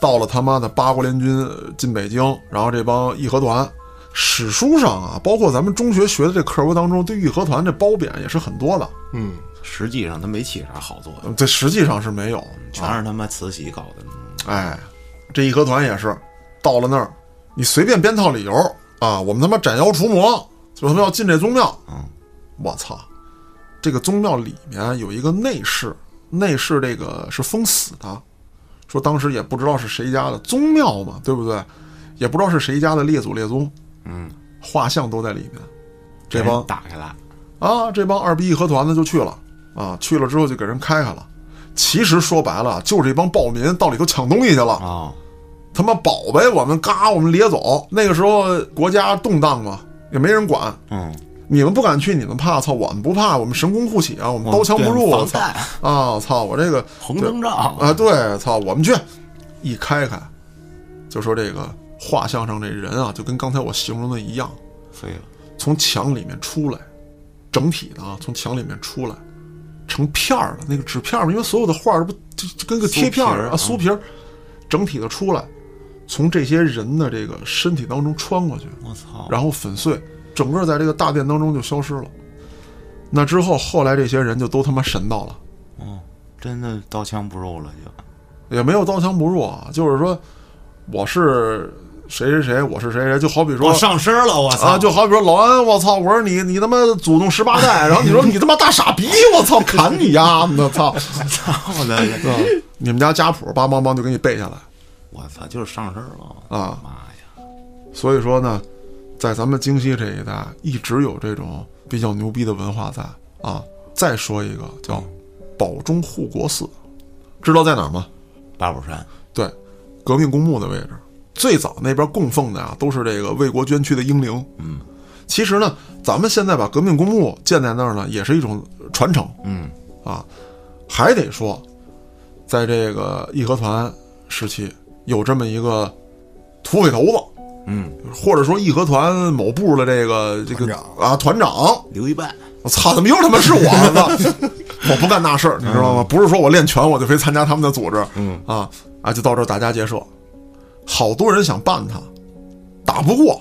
到了他妈的八国联军呃进北京，然后这帮义和团，史书上啊，包括咱们中学学的这课文当中，对义和团这褒贬也是很多的，
嗯，
实际上他没起啥好作用，
嗯这实际上是没有，
全是他妈慈禧搞的。嗯
哎，这义和团也是，到了那儿，你随便编套理由啊，我们他妈斩妖除魔，就他妈要进这宗庙。
嗯，
我操，这个宗庙里面有一个内室，内室这个是封死的，说当时也不知道是谁家的宗庙嘛，对不对？也不知道是谁家的列祖列宗，
嗯，
画像都在里面。这帮
人打开了，
啊，这帮二逼义和团的就去了啊，去了之后就给人开开了。其实说白了，啊就是一帮暴民到里头抢东西去了。
哦，
他妈保呗，我们嘎，我们咧走。那个时候国家动荡嘛，也没人管。
嗯，
你们不敢去，你们怕，操！我们不怕，我们神功护体啊，我们刀枪不入，
我
我
们
操
哦对防！
啊，操！我这个
红灯照，
啊，对，操！我们去，一开开，就说这个画像上这人啊，就跟刚才我形容的一样，
废了，
从墙里面出来，整体的啊，从墙里面出来，成片儿了，那个纸片儿嘛，因为所有的画儿不就就跟个贴片儿啊，
酥
酥皮儿，整体的出来，从这些人的这个身体当中穿过去，
我操，
然后粉碎，整个在这个大殿当中就消失了。那之后，后来这些人就都他妈神到了，
哦，真的刀枪不入了就，
也没有刀枪不入啊，就是说我是谁谁谁，我是谁谁，就好比说
我哦上身了，我操，
啊，就好比说老安，我操，我说你你他妈祖宗十八代，然后你说你他妈大傻逼，我操，砍你丫的，操！
操的，
你们家家谱梆梆梆就给你背下来
我操，就是上身了，
啊！
妈呀，
所以说呢，在咱们京西这一带一直有这种比较牛逼的文化在啊。再说一个叫保中护国寺，知道在哪儿吗？
八宝山，
对，革命公墓的位置。最早那边供奉的啊，都是这个为国捐躯的英灵。嗯，其实呢，咱们现在把革命公墓建在那儿呢，也是一种传承。
嗯，
啊，还得说，在这个义和团时期，有这么一个土匪头子，
嗯，
或者说义和团某部的这个这个
团长
啊团长，
留一半，
我操，怎么又他妈是我儿子？ <laughs> 我不干那事儿，你知道吗？不是说我练拳我就非参加他们的组织，嗯啊啊，就到这儿打家劫舍，好多人想办他，打不过，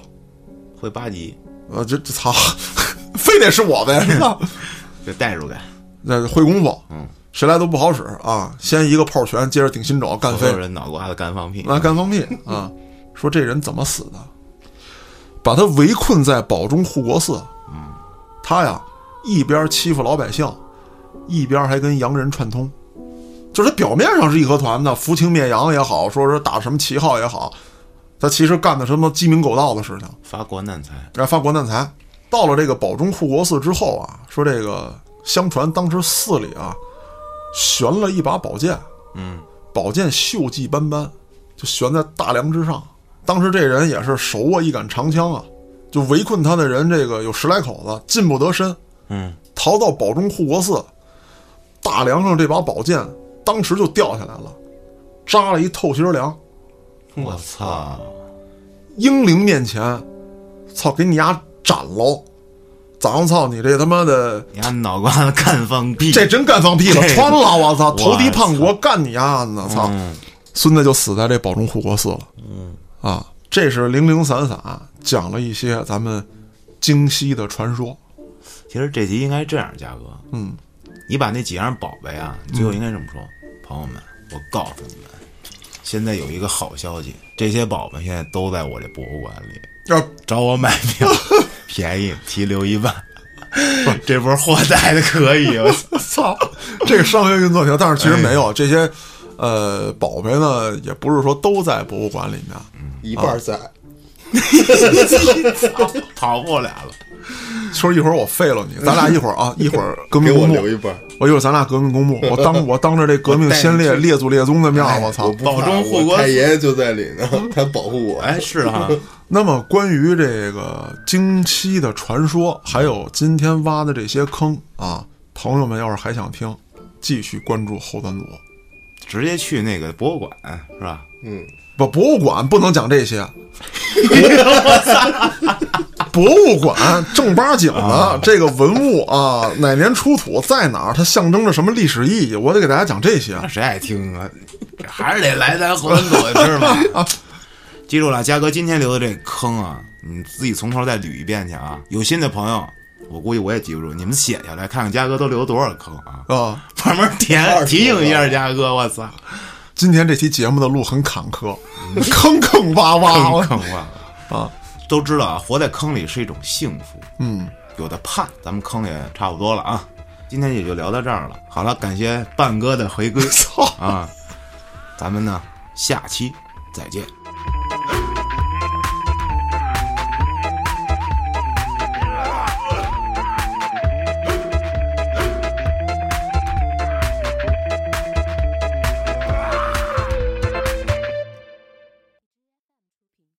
会八级，
呃，这这操， <laughs> 非得是我呗，是吧？
这代入
<laughs>
感，
那会功夫，
嗯，
谁来都不好使啊！先一个炮拳，接着顶心肘，干
所
飞
有，人脑瓜子干放屁，
那干放屁啊！说这人怎么死的？把他围困在堡中护国寺，嗯，他呀一边欺负老百姓，一边还跟洋人串通，就是他表面上是义和团的，扶清灭洋也好，说是打什么旗号也好，他其实干的什么鸡鸣狗盗的事情。
发国难财，
来发国难财。到了这个保中护国寺之后啊，说这个相传当时寺里啊悬了一把宝剑，
嗯，
宝剑锈迹斑斑，就悬在大梁之上。当时这人也是手握一杆长枪啊，就围困他的人这个有十来口子，进不得身。
嗯，
逃到堡中护国寺，大梁上这把宝剑当时就掉下来了，扎了一透心儿凉。
我操，
英灵面前，操，给你丫斩喽！咱操你这他妈的，
你看脑瓜子干放屁，
这真干放屁了，
这
穿了！我操，投敌
我操
叛国，干你丫的！操，
嗯
孙子就死在这宝中护国寺了。嗯，啊，这是零零散散讲了一些咱们京西的传说。
其实这集应该这样，嘉哥，
嗯，
你把那几样宝贝啊，你最后应该这么说，朋友们，我告诉你们，现在有一个好消息，这些宝贝现在都在我这博物馆里，
要、
找我买
<laughs>
票，便宜提留一万。这波货带的可以，我操
操，这个商业运作条，但是其实没有、这些，呃，宝贝呢，也不是说都在博物馆里面。
一半在，
跑不了了。
说一会儿我废了你，咱俩一会儿
<laughs>
啊，一会儿革
给
命
我
公墓，
留一半。
我一会儿咱俩革命公墓，我
<laughs>
当我当着这革命先烈列祖列宗的面儿，我操
<laughs> 哎我！不
保
怕
中护国
我太爷爷就在里呢， <laughs> 他保护我。
哎，是
<laughs>
哈、
那么关于这个京西的传说，还有今天挖的这些坑啊，朋友们要是还想听，继续关注后端组。
直接去那个博物馆是吧？
嗯，
不，博物馆不能讲这
<laughs>
些。博物馆正八经的这个文物啊，哪年出土，在哪儿，它象征着什么历史意义，我得给大家讲这些。
那谁爱听啊？这还是得来咱回魂朵知道
<laughs>
吗？记住了，嘉哥今天留的这坑啊，你自己从头再捋一遍去啊！有心的朋友，我估计我也记不住，你们写下来看看嘉哥都留了多少坑啊， <laughs>
啊，
慢慢填，
20
提醒一下嘉哥。我操，
今天这期节目的路很坎坷，坑坑洼洼。
坑啊！
啊，
都知道啊，活在坑里是一种幸福，
嗯，
有的盼。咱们坑也差不多了啊，今天也就聊到这儿了。好了，感谢半哥的回归
操
啊，咱们呢下期再见。